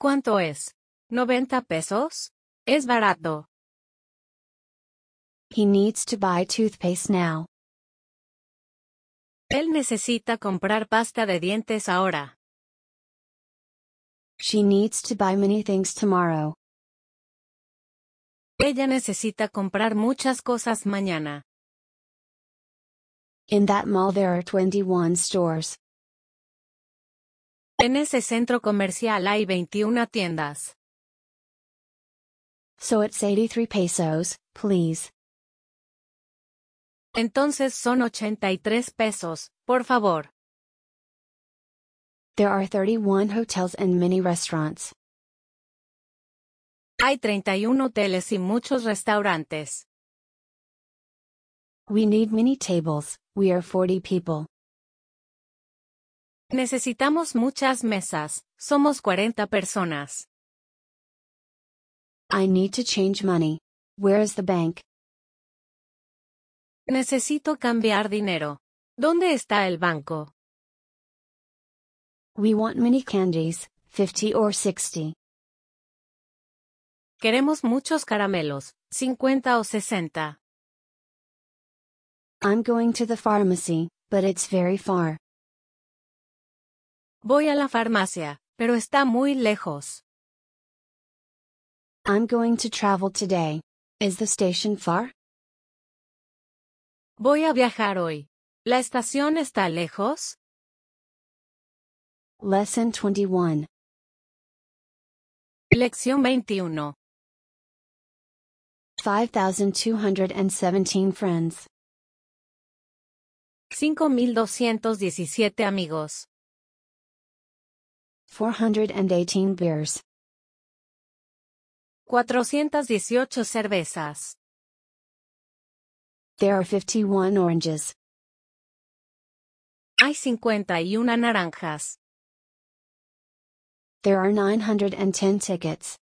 S2: ¿Cuánto es? ¿90 pesos? Es barato.
S1: He needs to buy toothpaste now.
S2: Él necesita comprar pasta de dientes ahora.
S1: She needs to buy many things tomorrow.
S2: Ella necesita comprar muchas cosas mañana.
S1: In that mall there are 21 stores.
S2: En ese centro comercial hay 21 tiendas.
S1: So it's 83 pesos, please.
S2: Entonces son 83 pesos, por favor.
S1: There are 31 hotels and many restaurants.
S2: Hay 31 hoteles y muchos restaurantes.
S1: We need many tables, we are 40 people.
S2: Necesitamos muchas mesas, somos 40 personas.
S1: I need to change money. Where is the bank?
S2: Necesito cambiar dinero. ¿Dónde está el banco?
S1: We want many candies, 50 or 60.
S2: Queremos muchos caramelos, 50 o 60.
S1: I'm going to the pharmacy, but it's very far.
S2: Voy a la farmacia, pero está muy lejos.
S1: I'm going to travel today. Is the station far?
S2: Voy a viajar hoy. ¿La estación está lejos?
S1: Lesson 21.
S2: Lección 21.
S1: 5,217 friends.
S2: 5217 amigos.
S1: 418 beers.
S2: 418 cervezas.
S1: There are 51 oranges.
S2: Hay 51 naranjas.
S1: There are 910 tickets.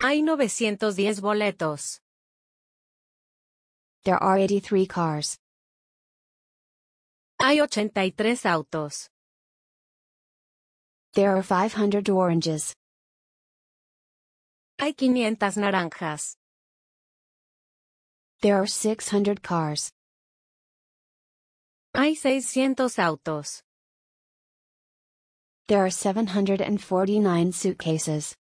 S2: Hay 910 boletos.
S1: There are 83 cars.
S2: Hay 83 autos.
S1: There are 500 oranges.
S2: Hay 500 naranjas.
S1: There are 600 cars.
S2: Hay 600 autos.
S1: There are 749 suitcases.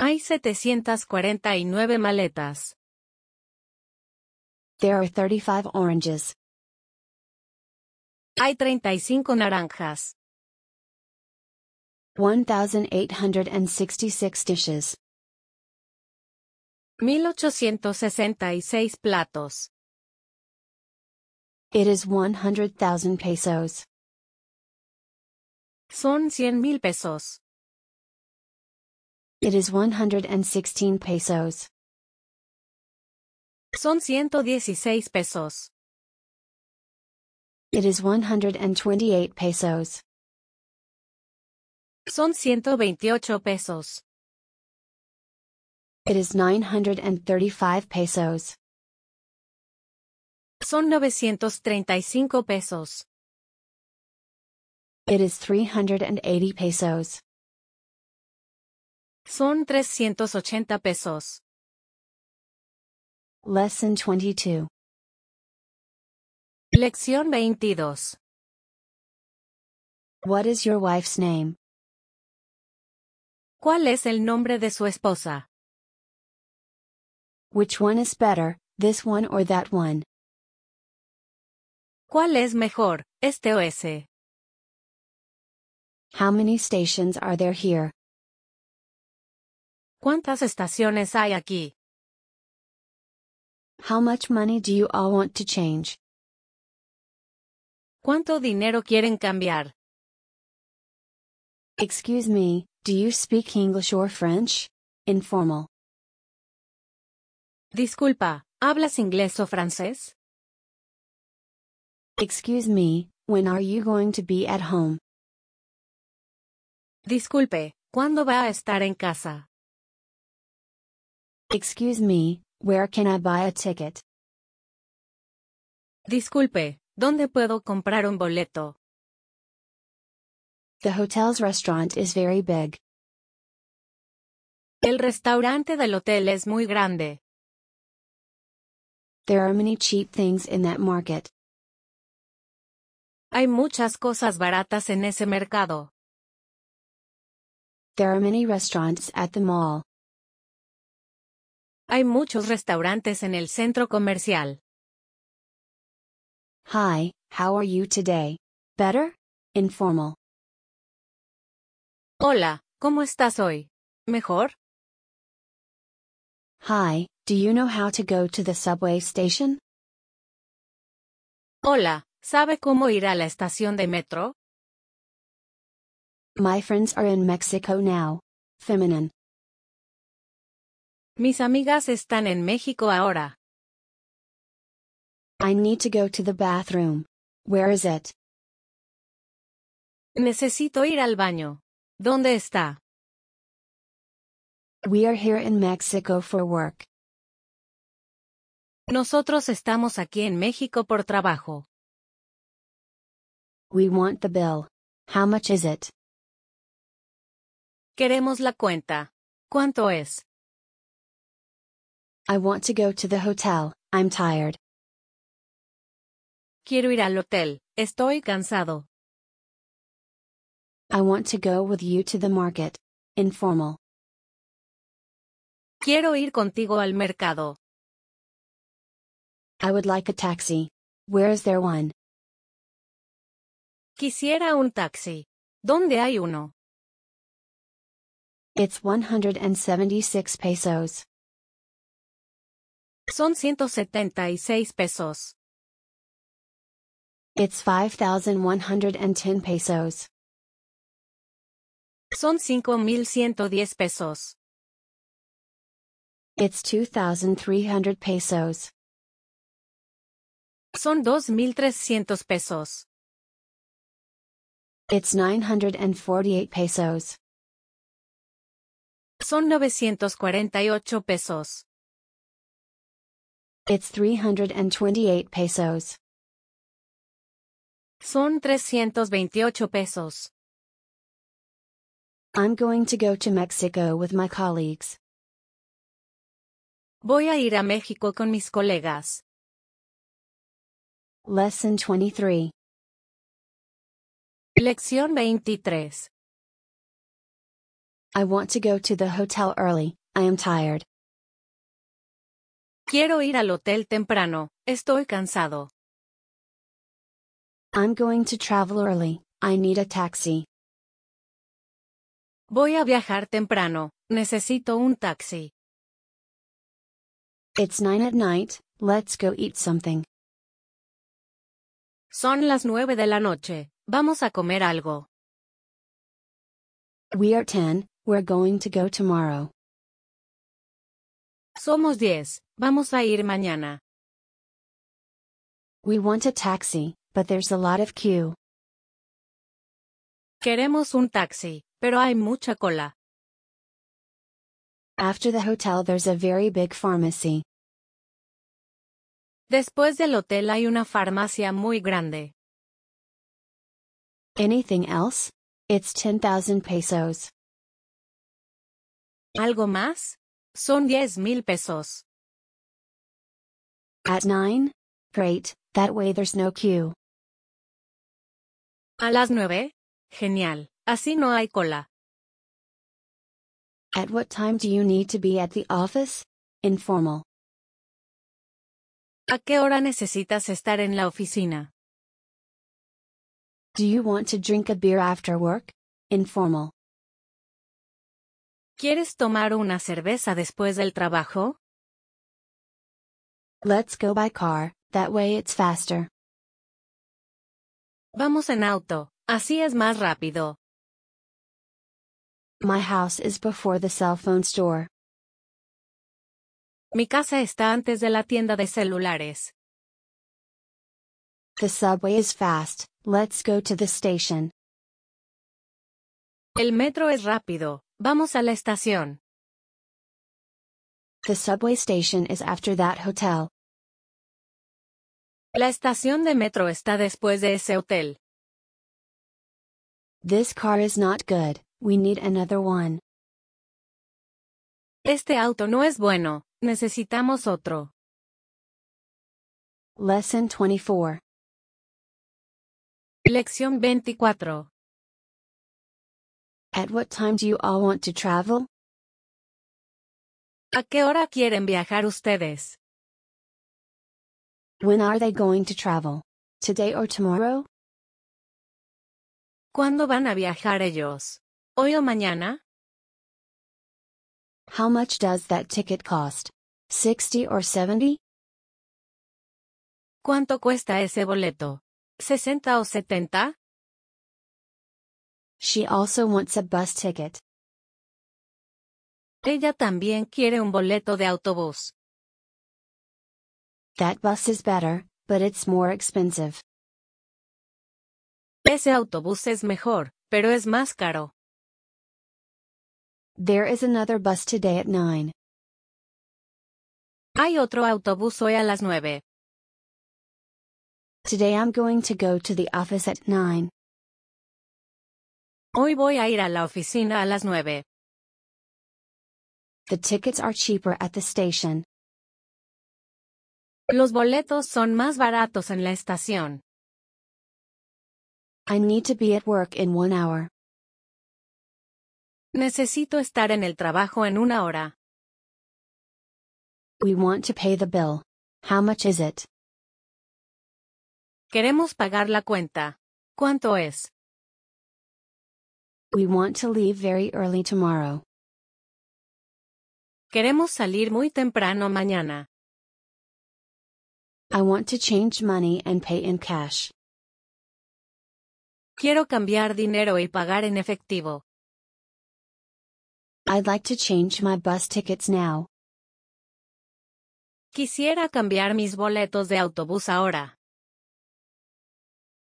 S2: Hay 749 maletas.
S1: There are 35 oranges.
S2: Hay 35 naranjas.
S1: 1,866 dishes.
S2: 1866 platos.
S1: It is 100,000 pesos.
S2: Son 100 mil pesos.
S1: It is 116 pesos.
S2: Son 116 pesos.
S1: It is 128 pesos.
S2: Son 128 pesos.
S1: It is 935 pesos.
S2: Son 935 pesos.
S1: It is 380 pesos.
S2: Son 380 pesos.
S1: Lesson 22.
S2: Lección 22.
S1: What is your wife's name?
S2: ¿Cuál es el nombre de su esposa?
S1: Which one is better, this one or that one?
S2: ¿Cuál es mejor, este o ese?
S1: How many stations are there here?
S2: ¿Cuántas estaciones hay aquí?
S1: How much money do you all want to change?
S2: ¿Cuánto dinero quieren cambiar?
S1: Excuse me, do you speak English or French? Informal.
S2: Disculpa, ¿hablas inglés o francés?
S1: Excuse me, when are you going to be at home?
S2: Disculpe, ¿cuándo va a estar en casa?
S1: Excuse me, where can I buy a ticket?
S2: Disculpe, ¿dónde puedo comprar un boleto?
S1: The hotel's restaurant is very big.
S2: El restaurante del hotel es muy grande.
S1: There are many cheap things in that market.
S2: Hay muchas cosas baratas en ese mercado.
S1: There are many restaurants at the mall.
S2: Hay muchos restaurantes en el centro comercial.
S1: Hi, how are you today? Better? Informal.
S2: Hola, ¿cómo estás hoy? ¿Mejor?
S1: Hi, do you know how to go to the subway station?
S2: Hola, ¿sabe cómo ir a la estación de metro?
S1: My friends are in Mexico now. Feminine.
S2: Mis amigas están en México ahora.
S1: I need to go to the bathroom. Where is it?
S2: Necesito ir al baño. ¿Dónde está?
S1: We are here in Mexico for work.
S2: Nosotros estamos aquí en México por trabajo.
S1: We want the bill. How much is it?
S2: Queremos la cuenta. ¿Cuánto es?
S1: I want to go to the hotel. I'm tired.
S2: Quiero ir al hotel. Estoy cansado.
S1: I want to go with you to the market. Informal.
S2: Quiero ir contigo al mercado.
S1: I would like a taxi. Where is there one?
S2: Quisiera un taxi. ¿Dónde hay uno?
S1: It's 176 pesos.
S2: Son 176 pesos.
S1: It's 5,110 pesos.
S2: Son 5.110 pesos.
S1: It's 2,300 pesos.
S2: Son 2.300 pesos.
S1: It's 948 pesos.
S2: Son 948 pesos.
S1: It's 328 pesos.
S2: Son 328 pesos.
S1: I'm going to go to Mexico with my colleagues.
S2: Voy a ir a México con mis colegas.
S1: Lesson 23.
S2: Lección 23.
S1: I want to go to the hotel early, I am tired.
S2: Quiero ir al hotel temprano, estoy cansado.
S1: I'm going to travel early, I need a taxi.
S2: Voy a viajar temprano, necesito un taxi.
S1: It's 9 at night, let's go eat something.
S2: Son las 9 de la noche, vamos a comer algo.
S1: We are 10, we're going to go tomorrow.
S2: Somos 10, vamos a ir mañana.
S1: We want a taxi, but there's a lot of queue.
S2: Queremos un taxi, pero hay mucha cola.
S1: After the hotel, there's a very big pharmacy.
S2: Después del hotel hay una farmacia muy grande.
S1: Anything else? It's 10,000 pesos.
S2: ¿Algo más? Son 10 mil pesos.
S1: At 9? Great, that way there's no queue.
S2: ¿A las 9? Genial, así no hay cola.
S1: At what time do you need to be at the office? Informal.
S2: ¿A qué hora necesitas estar en la oficina?
S1: Do you want to drink a beer after work? Informal.
S2: ¿Quieres tomar una cerveza después del trabajo?
S1: Let's go by car, that way it's faster.
S2: Vamos en auto, así es más rápido.
S1: My house is before the cell phone store.
S2: Mi casa está antes de la tienda de celulares.
S1: The subway is fast, let's go to the station.
S2: El metro es rápido, vamos a la estación.
S1: The subway station is after that hotel.
S2: La estación de metro está después de ese hotel.
S1: This car is not good, we need another one.
S2: Este auto no es bueno, necesitamos otro.
S1: Lesson 24.
S2: Lección 24.
S1: At what time do you all want to travel?
S2: ¿A qué hora quieren viajar ustedes?
S1: When are they going to travel? Today or tomorrow?
S2: ¿Cuándo van a viajar ellos? ¿Hoy o mañana?
S1: How much does that ticket cost? 60 or 70?
S2: ¿Cuánto cuesta ese boleto? ¿60 o 70?
S1: She also wants a bus ticket.
S2: Ella también quiere un boleto de autobús.
S1: That bus is better, but it's more expensive.
S2: Ese autobús es mejor, pero es más caro.
S1: There is another bus today at 9.
S2: Hay otro autobús hoy a las 9.
S1: Today I'm going to go to the office at 9.
S2: Hoy voy a ir a la oficina a las 9.
S1: The tickets are cheaper at the station.
S2: Los boletos son más baratos en la estación.
S1: I need to be at work in one hour.
S2: Necesito estar en el trabajo en una hora.
S1: We want to pay the bill. How much is it?
S2: Queremos pagar la cuenta. ¿Cuánto es?
S1: We want to leave very early tomorrow.
S2: Queremos salir muy temprano mañana.
S1: I want to change money and pay in cash.
S2: Quiero cambiar dinero y pagar en efectivo.
S1: I'd like to change my bus tickets now.
S2: Quisiera cambiar mis boletos de autobús ahora.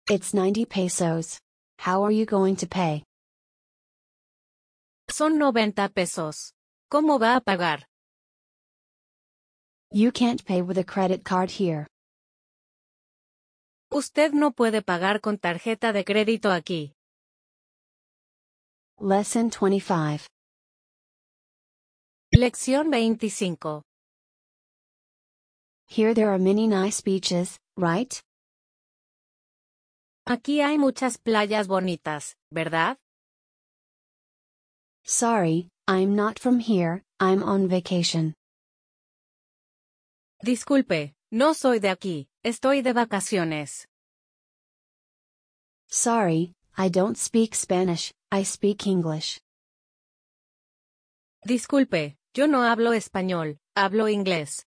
S1: It's 90 pesos. How are you going to pay?
S2: Son 90 pesos. ¿Cómo va a pagar?
S1: You can't pay with a credit card here.
S2: Usted no puede pagar con tarjeta de crédito aquí.
S1: Lesson 25.
S2: Lección 25.
S1: Here there are many nice beaches, right?
S2: Aquí hay muchas playas bonitas, ¿verdad?
S1: Sorry, I'm not from here, I'm on vacation.
S2: Disculpe, no soy de aquí, estoy de vacaciones.
S1: Sorry, I don't speak Spanish, I speak English.
S2: Disculpe, yo no hablo español, hablo inglés.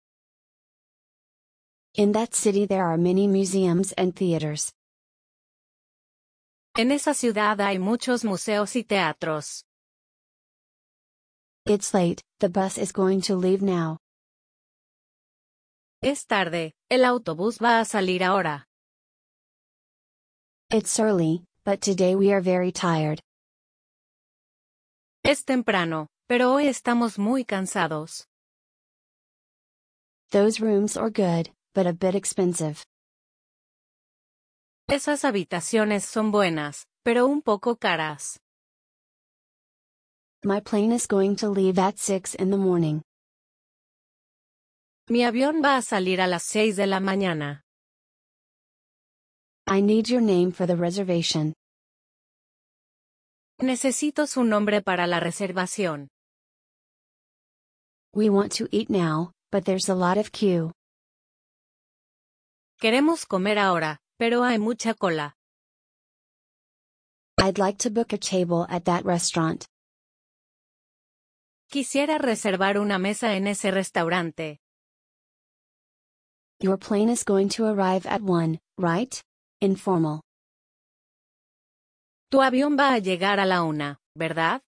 S1: In that city there are many museums and theaters.
S2: En esa ciudad hay muchos museos y teatros.
S1: It's late, the bus is going to leave now.
S2: Es tarde, el autobús va a salir ahora.
S1: It's early, but today we are very tired.
S2: Es temprano, pero hoy estamos muy cansados.
S1: Those rooms are good, but a bit expensive.
S2: Esas habitaciones son buenas, pero un poco caras.
S1: My plane is going to leave at 6 in the morning.
S2: Mi avión va a salir a las 6 de la mañana.
S1: I need your name for the reservation.
S2: Necesito su nombre para la reservación.
S1: We want to eat now, but there's a lot of queue.
S2: Queremos comer ahora, pero hay mucha cola.
S1: I'd like to book a table at that restaurant.
S2: Quisiera reservar una mesa en ese restaurante.
S1: Your plane is going to arrive at 1, right? Informal.
S2: Tu avión va a llegar a la una, ¿verdad?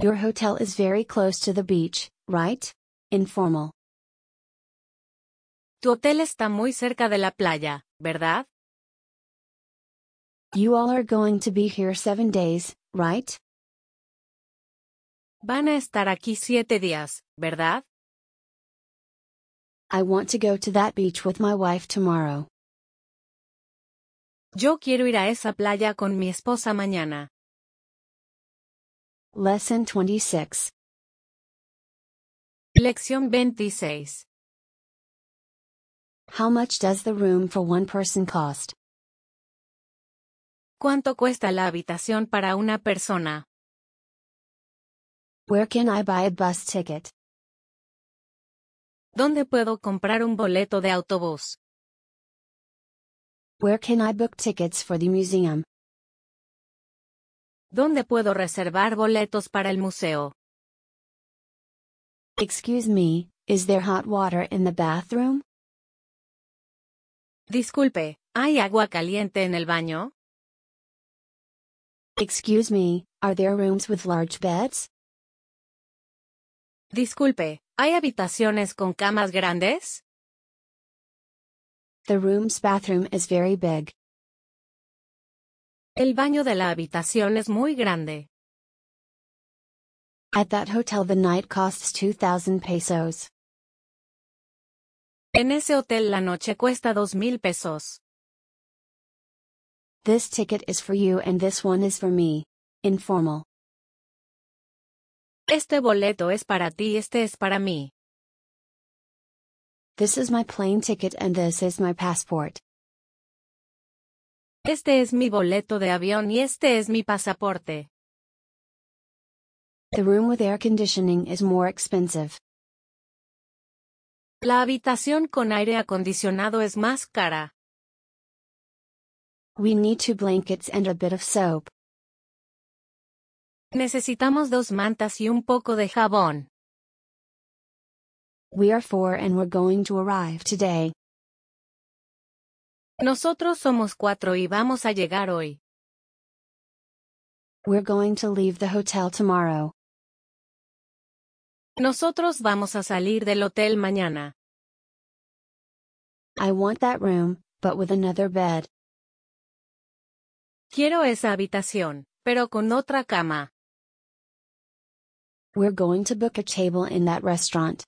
S1: Your hotel is very close to the beach, right? Informal.
S2: Tu hotel está muy cerca de la playa, ¿verdad?
S1: You all are going to be here seven days, right?
S2: Van a estar aquí siete días, ¿verdad?
S1: I want to go to that beach with my wife tomorrow.
S2: Yo quiero ir a esa playa con mi esposa mañana.
S1: Lesson 26.
S2: Lección 26.
S1: How much does the room for one person cost?
S2: ¿Cuánto cuesta la habitación para una persona?
S1: Where can I buy a bus ticket?
S2: ¿Dónde puedo comprar un boleto de autobús?
S1: Where can I book tickets for the museum?
S2: ¿Dónde puedo reservar boletos para el museo?
S1: Excuse me, is there hot water in the bathroom?
S2: Disculpe, ¿hay agua caliente en el baño?
S1: Excuse me, are there rooms with large beds?
S2: Disculpe, ¿hay habitaciones con camas grandes?
S1: The room's bathroom is very big.
S2: El baño de la habitación es muy grande.
S1: At that hotel, the night costs 2,000 pesos.
S2: En ese hotel la noche cuesta dos mil pesos.
S1: This ticket is for you and this one is for me. Informal.
S2: Este boleto es para ti y este es para mí.
S1: This is my plane ticket and this is my passport.
S2: Este es mi boleto de avión y este es mi pasaporte.
S1: The room with air conditioning is more expensive.
S2: La habitación con aire acondicionado es más cara.
S1: We need two blankets and a bit of soap.
S2: Necesitamos dos mantas y un poco de jabón.
S1: We are four and we're going to arrive today.
S2: Nosotros somos cuatro y vamos a llegar hoy.
S1: We're going to leave the hotel tomorrow.
S2: Nosotros vamos a salir del hotel mañana.
S1: I want that room, but with another bed.
S2: Quiero esa habitación, pero con otra cama.
S1: We're going to book a table in that restaurant.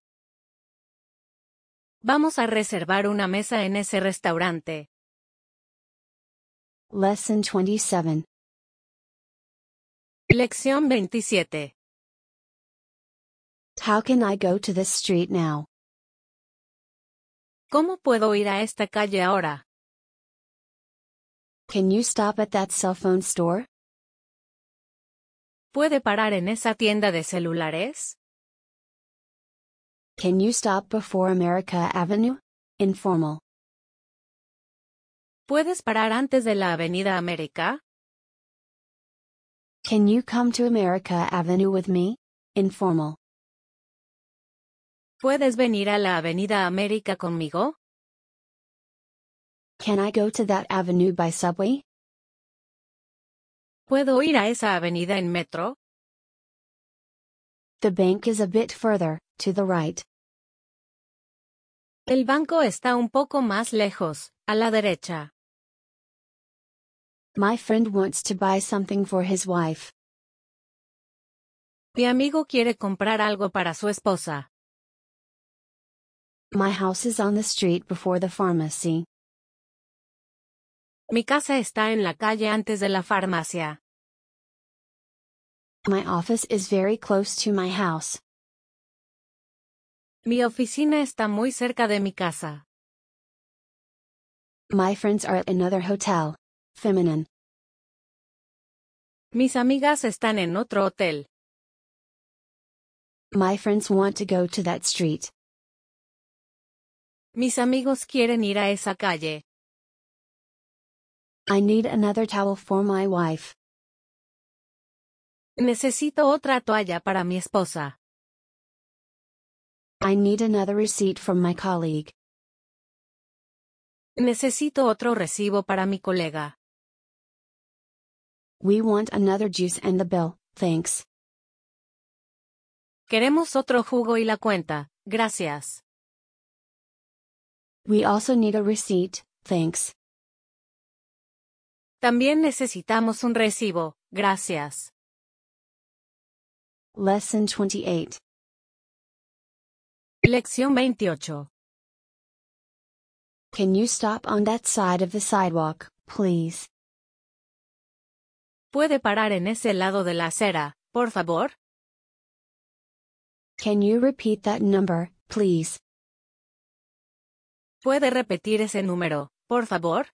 S2: Vamos a reservar una mesa en ese restaurante.
S1: Lesson 27.
S2: Lección 27.
S1: How can I go to this street now?
S2: ¿Cómo puedo ir a esta calle ahora?
S1: Can you stop at that cell phone store?
S2: ¿Puede parar en esa tienda de celulares?
S1: Can you stop before America Avenue? Informal.
S2: ¿Puedes parar antes de la Avenida América?
S1: Can you come to America Avenue with me? Informal.
S2: ¿Puedes venir a la Avenida América conmigo?
S1: Can I go to that avenue by subway?
S2: ¿Puedo ir a esa avenida en metro?
S1: The bank is a bit further, to the right.
S2: El banco está un poco más lejos, a la derecha.
S1: My friend wants to buy something for his wife.
S2: Mi amigo quiere comprar algo para su esposa.
S1: My house is on the street before the pharmacy.
S2: Mi casa está en la calle antes de la farmacia.
S1: My office is very close to my house.
S2: Mi oficina está muy cerca de mi casa.
S1: My friends are at another hotel. Feminine.
S2: Mis amigas están en otro hotel.
S1: My friends want to go to that street.
S2: Mis amigos quieren ir a esa calle.
S1: I need another towel for my wife.
S2: Necesito otra toalla para mi esposa.
S1: I need another receipt from my colleague.
S2: Necesito otro recibo para mi colega.
S1: We want another juice and the bill, thanks.
S2: Queremos otro jugo y la cuenta, gracias.
S1: We also need a receipt, thanks.
S2: También necesitamos un recibo, gracias.
S1: Lesson 28.
S2: Lección 28.
S1: Can you stop on that side of the sidewalk, please?
S2: ¿Puede parar en ese lado de la acera, por favor?
S1: Can you repeat that number, please?
S2: ¿Puede repetir ese número, por favor?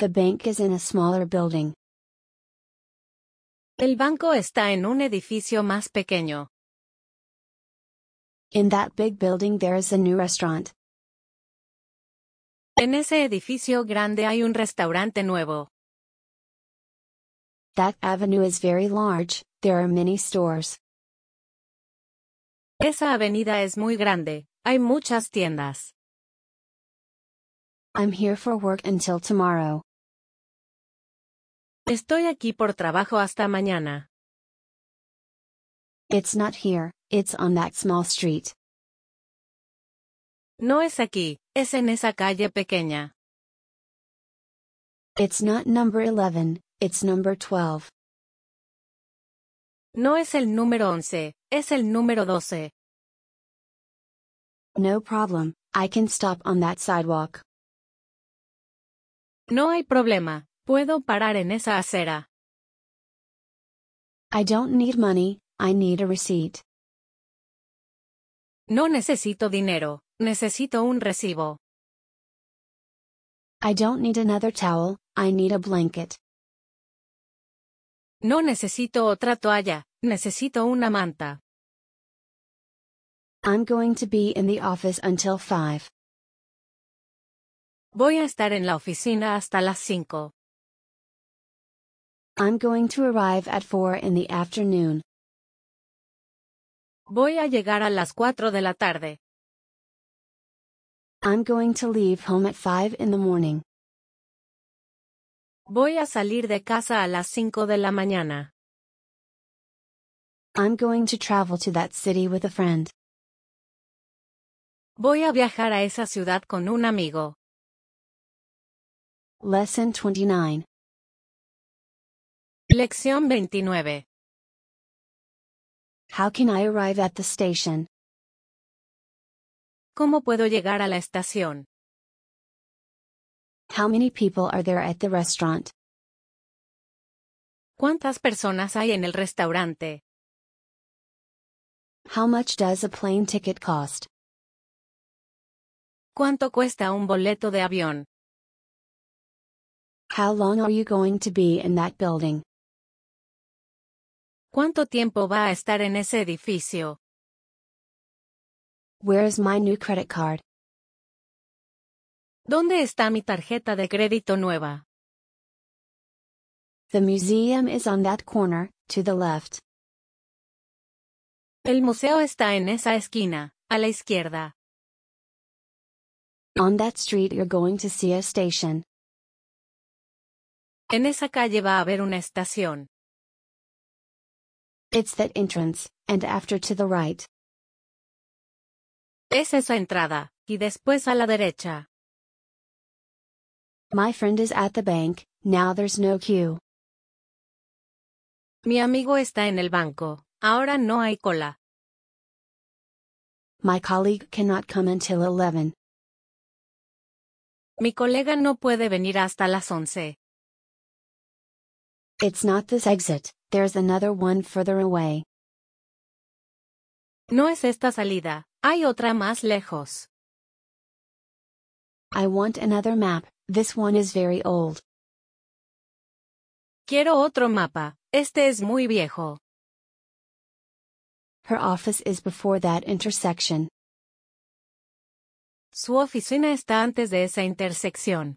S1: The bank is in a smaller building.
S2: El banco está en un edificio más pequeño.
S1: In that big building, there is a new restaurant.
S2: En ese edificio grande hay un restaurante nuevo.
S1: That avenue is very large, there are many stores.
S2: Esa avenida es muy grande, hay muchas tiendas.
S1: I'm here for work until tomorrow.
S2: Estoy aquí por trabajo hasta mañana.
S1: It's not here, it's on that small street.
S2: No es aquí, es en esa calle pequeña.
S1: It's not number 11, it's number 12.
S2: No es el número 11, es el número 12.
S1: No problem, I can stop on that sidewalk.
S2: No hay problema, puedo parar en esa acera.
S1: I don't need money, I need a receipt.
S2: No necesito dinero, necesito un recibo.
S1: I don't need another towel, I need a blanket.
S2: No necesito otra toalla, necesito una manta.
S1: I'm going to be in the office until 5.
S2: Voy a estar en la oficina hasta las 5.
S1: I'm going to arrive at 4 in the afternoon.
S2: Voy a llegar a las 4 de la tarde.
S1: I'm going to leave home at 5 in the morning.
S2: Voy a salir de casa a las 5 de la mañana.
S1: I'm going to travel to that city with a friend.
S2: Voy a viajar a esa ciudad con un amigo.
S1: Lesson 29.
S2: Lección 29.
S1: How can I arrive at the station?
S2: ¿Cómo puedo llegar a la estación?
S1: How many people are there at the restaurant?
S2: ¿Cuántas personas hay en el restaurante?
S1: How much does a plane ticket cost?
S2: ¿Cuánto cuesta un boleto de avión?
S1: How long are you going to be in that building?
S2: ¿Cuánto tiempo va a estar en ese edificio?
S1: Where is my new credit card?
S2: ¿Dónde está mi tarjeta de crédito nueva?
S1: The museum is on that corner, to the left.
S2: El museo está en esa esquina, a la izquierda.
S1: On that street, you're going to see a station.
S2: En esa calle va a haber una estación.
S1: It's that entrance, and after to the right.
S2: Es esa entrada, y después a la derecha.
S1: My friend is at the bank, now there's no queue.
S2: Mi amigo está en el banco. Ahora no hay cola.
S1: My colleague cannot come until 11.
S2: Mi colega no puede venir hasta las 11.
S1: It's not this exit, there's another one further away.
S2: No es esta salida, hay otra más lejos.
S1: I want another map, this one is very old.
S2: Quiero otro mapa, este es muy viejo.
S1: Her office is before that intersection.
S2: Su oficina está antes de esa intersección.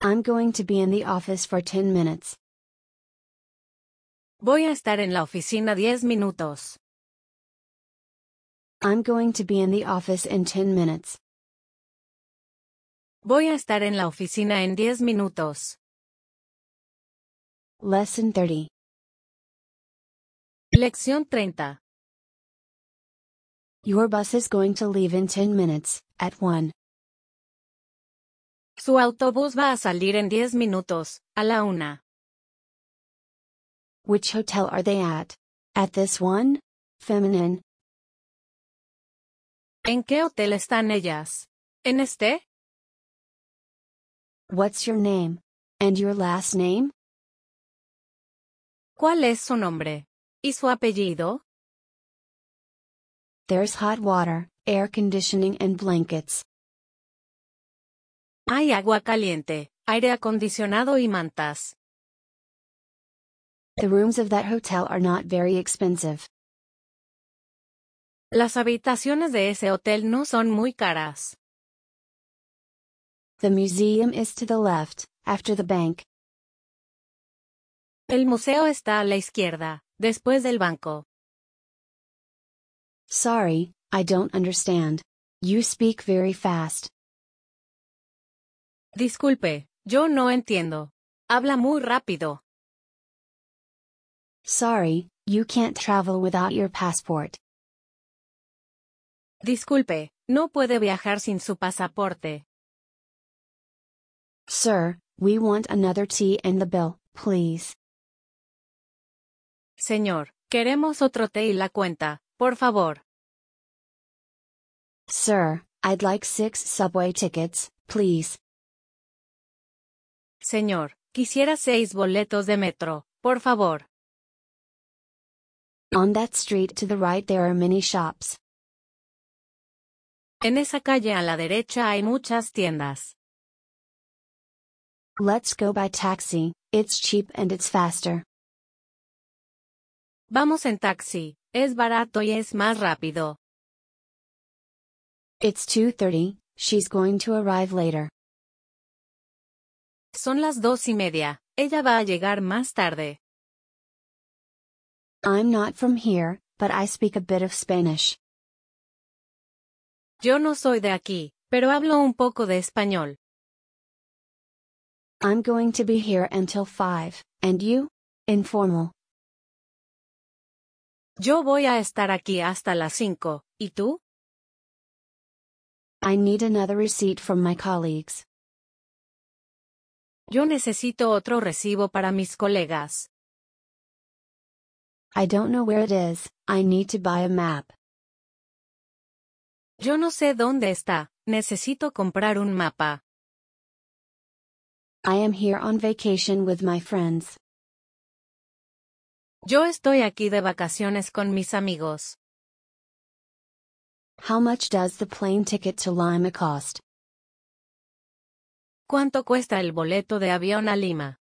S1: I'm going to be in the office for 10 minutes.
S2: Voy a estar en la oficina 10 minutos.
S1: I'm going to be in the office in 10 minutes.
S2: Voy a estar en la oficina en 10 minutos.
S1: Lesson 30.
S2: Lección 30.
S1: Your bus is going to leave in 10 minutes, at 1.
S2: Su autobús va a salir en 10 minutos, a la una.
S1: Which hotel are they at? At this one? Feminine.
S2: ¿En qué hotel están ellas? ¿En este?
S1: What's your name? And your last name?
S2: ¿Cuál es su nombre? ¿Y su apellido?
S1: There's hot water, air conditioning, and blankets.
S2: Hay agua caliente, aire acondicionado y mantas.
S1: The rooms of that hotel are not very expensive.
S2: Las habitaciones de ese hotel no son muy caras.
S1: The museum is to the left, after the bank.
S2: El museo está a la izquierda, después del banco.
S1: Sorry, I don't understand. You speak very fast.
S2: Disculpe, yo no entiendo. Habla muy rápido.
S1: Sorry, you can't travel without your passport.
S2: Disculpe, no puede viajar sin su pasaporte.
S1: Sir, we want another tea and the bill, please.
S2: Señor, queremos otro té y la cuenta, por favor.
S1: Sir, I'd like six subway tickets, please.
S2: Señor, quisiera seis boletos de metro, por favor.
S1: On that street to the right, there are many shops.
S2: En esa calle a la derecha hay muchas tiendas.
S1: Let's go by taxi, it's cheap and it's faster.
S2: Vamos en taxi, es barato y es más rápido.
S1: It's 2:30. She's going to arrive later.
S2: Son las dos y media, ella va a llegar más tarde.
S1: I'm not from here, but I speak a bit of Spanish.
S2: Yo no soy de aquí, pero hablo un poco de español.
S1: I'm going to be here until 5. And you? Informal.
S2: Yo voy a estar aquí hasta las cinco, ¿y tú?
S1: I need another receipt from my colleagues.
S2: Yo necesito otro recibo para mis colegas.
S1: I don't know where it is, I need to buy a map.
S2: Yo no sé dónde está, necesito comprar un mapa.
S1: I am here on vacation with my friends.
S2: Yo estoy aquí de vacaciones con mis amigos.
S1: How much does the plane ticket to Lima cost?
S2: ¿Cuánto cuesta el boleto de avión a Lima?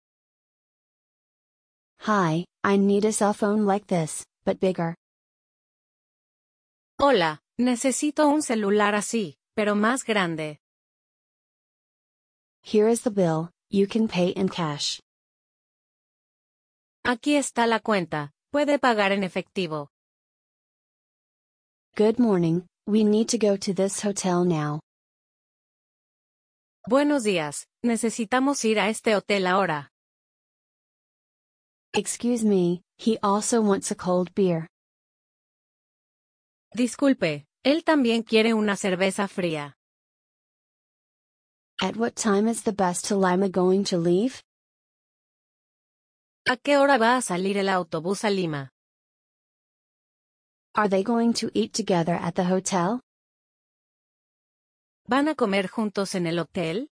S1: Hi, I need a cell phone like this, but bigger.
S2: Hola, necesito un celular así, pero más grande.
S1: Here is the bill, you can pay in cash.
S2: Aquí está la cuenta, puede pagar en efectivo.
S1: Good morning, we need to go to this hotel now.
S2: Buenos días, necesitamos ir a este hotel ahora.
S1: Excuse me, he also wants a cold beer.
S2: Disculpe, él también quiere una cerveza fría.
S1: At what time is the bus to Lima going to leave?
S2: ¿A qué hora va a salir el autobús a Lima?
S1: Are they going to eat together at the hotel?
S2: ¿Van a comer juntos en el hotel?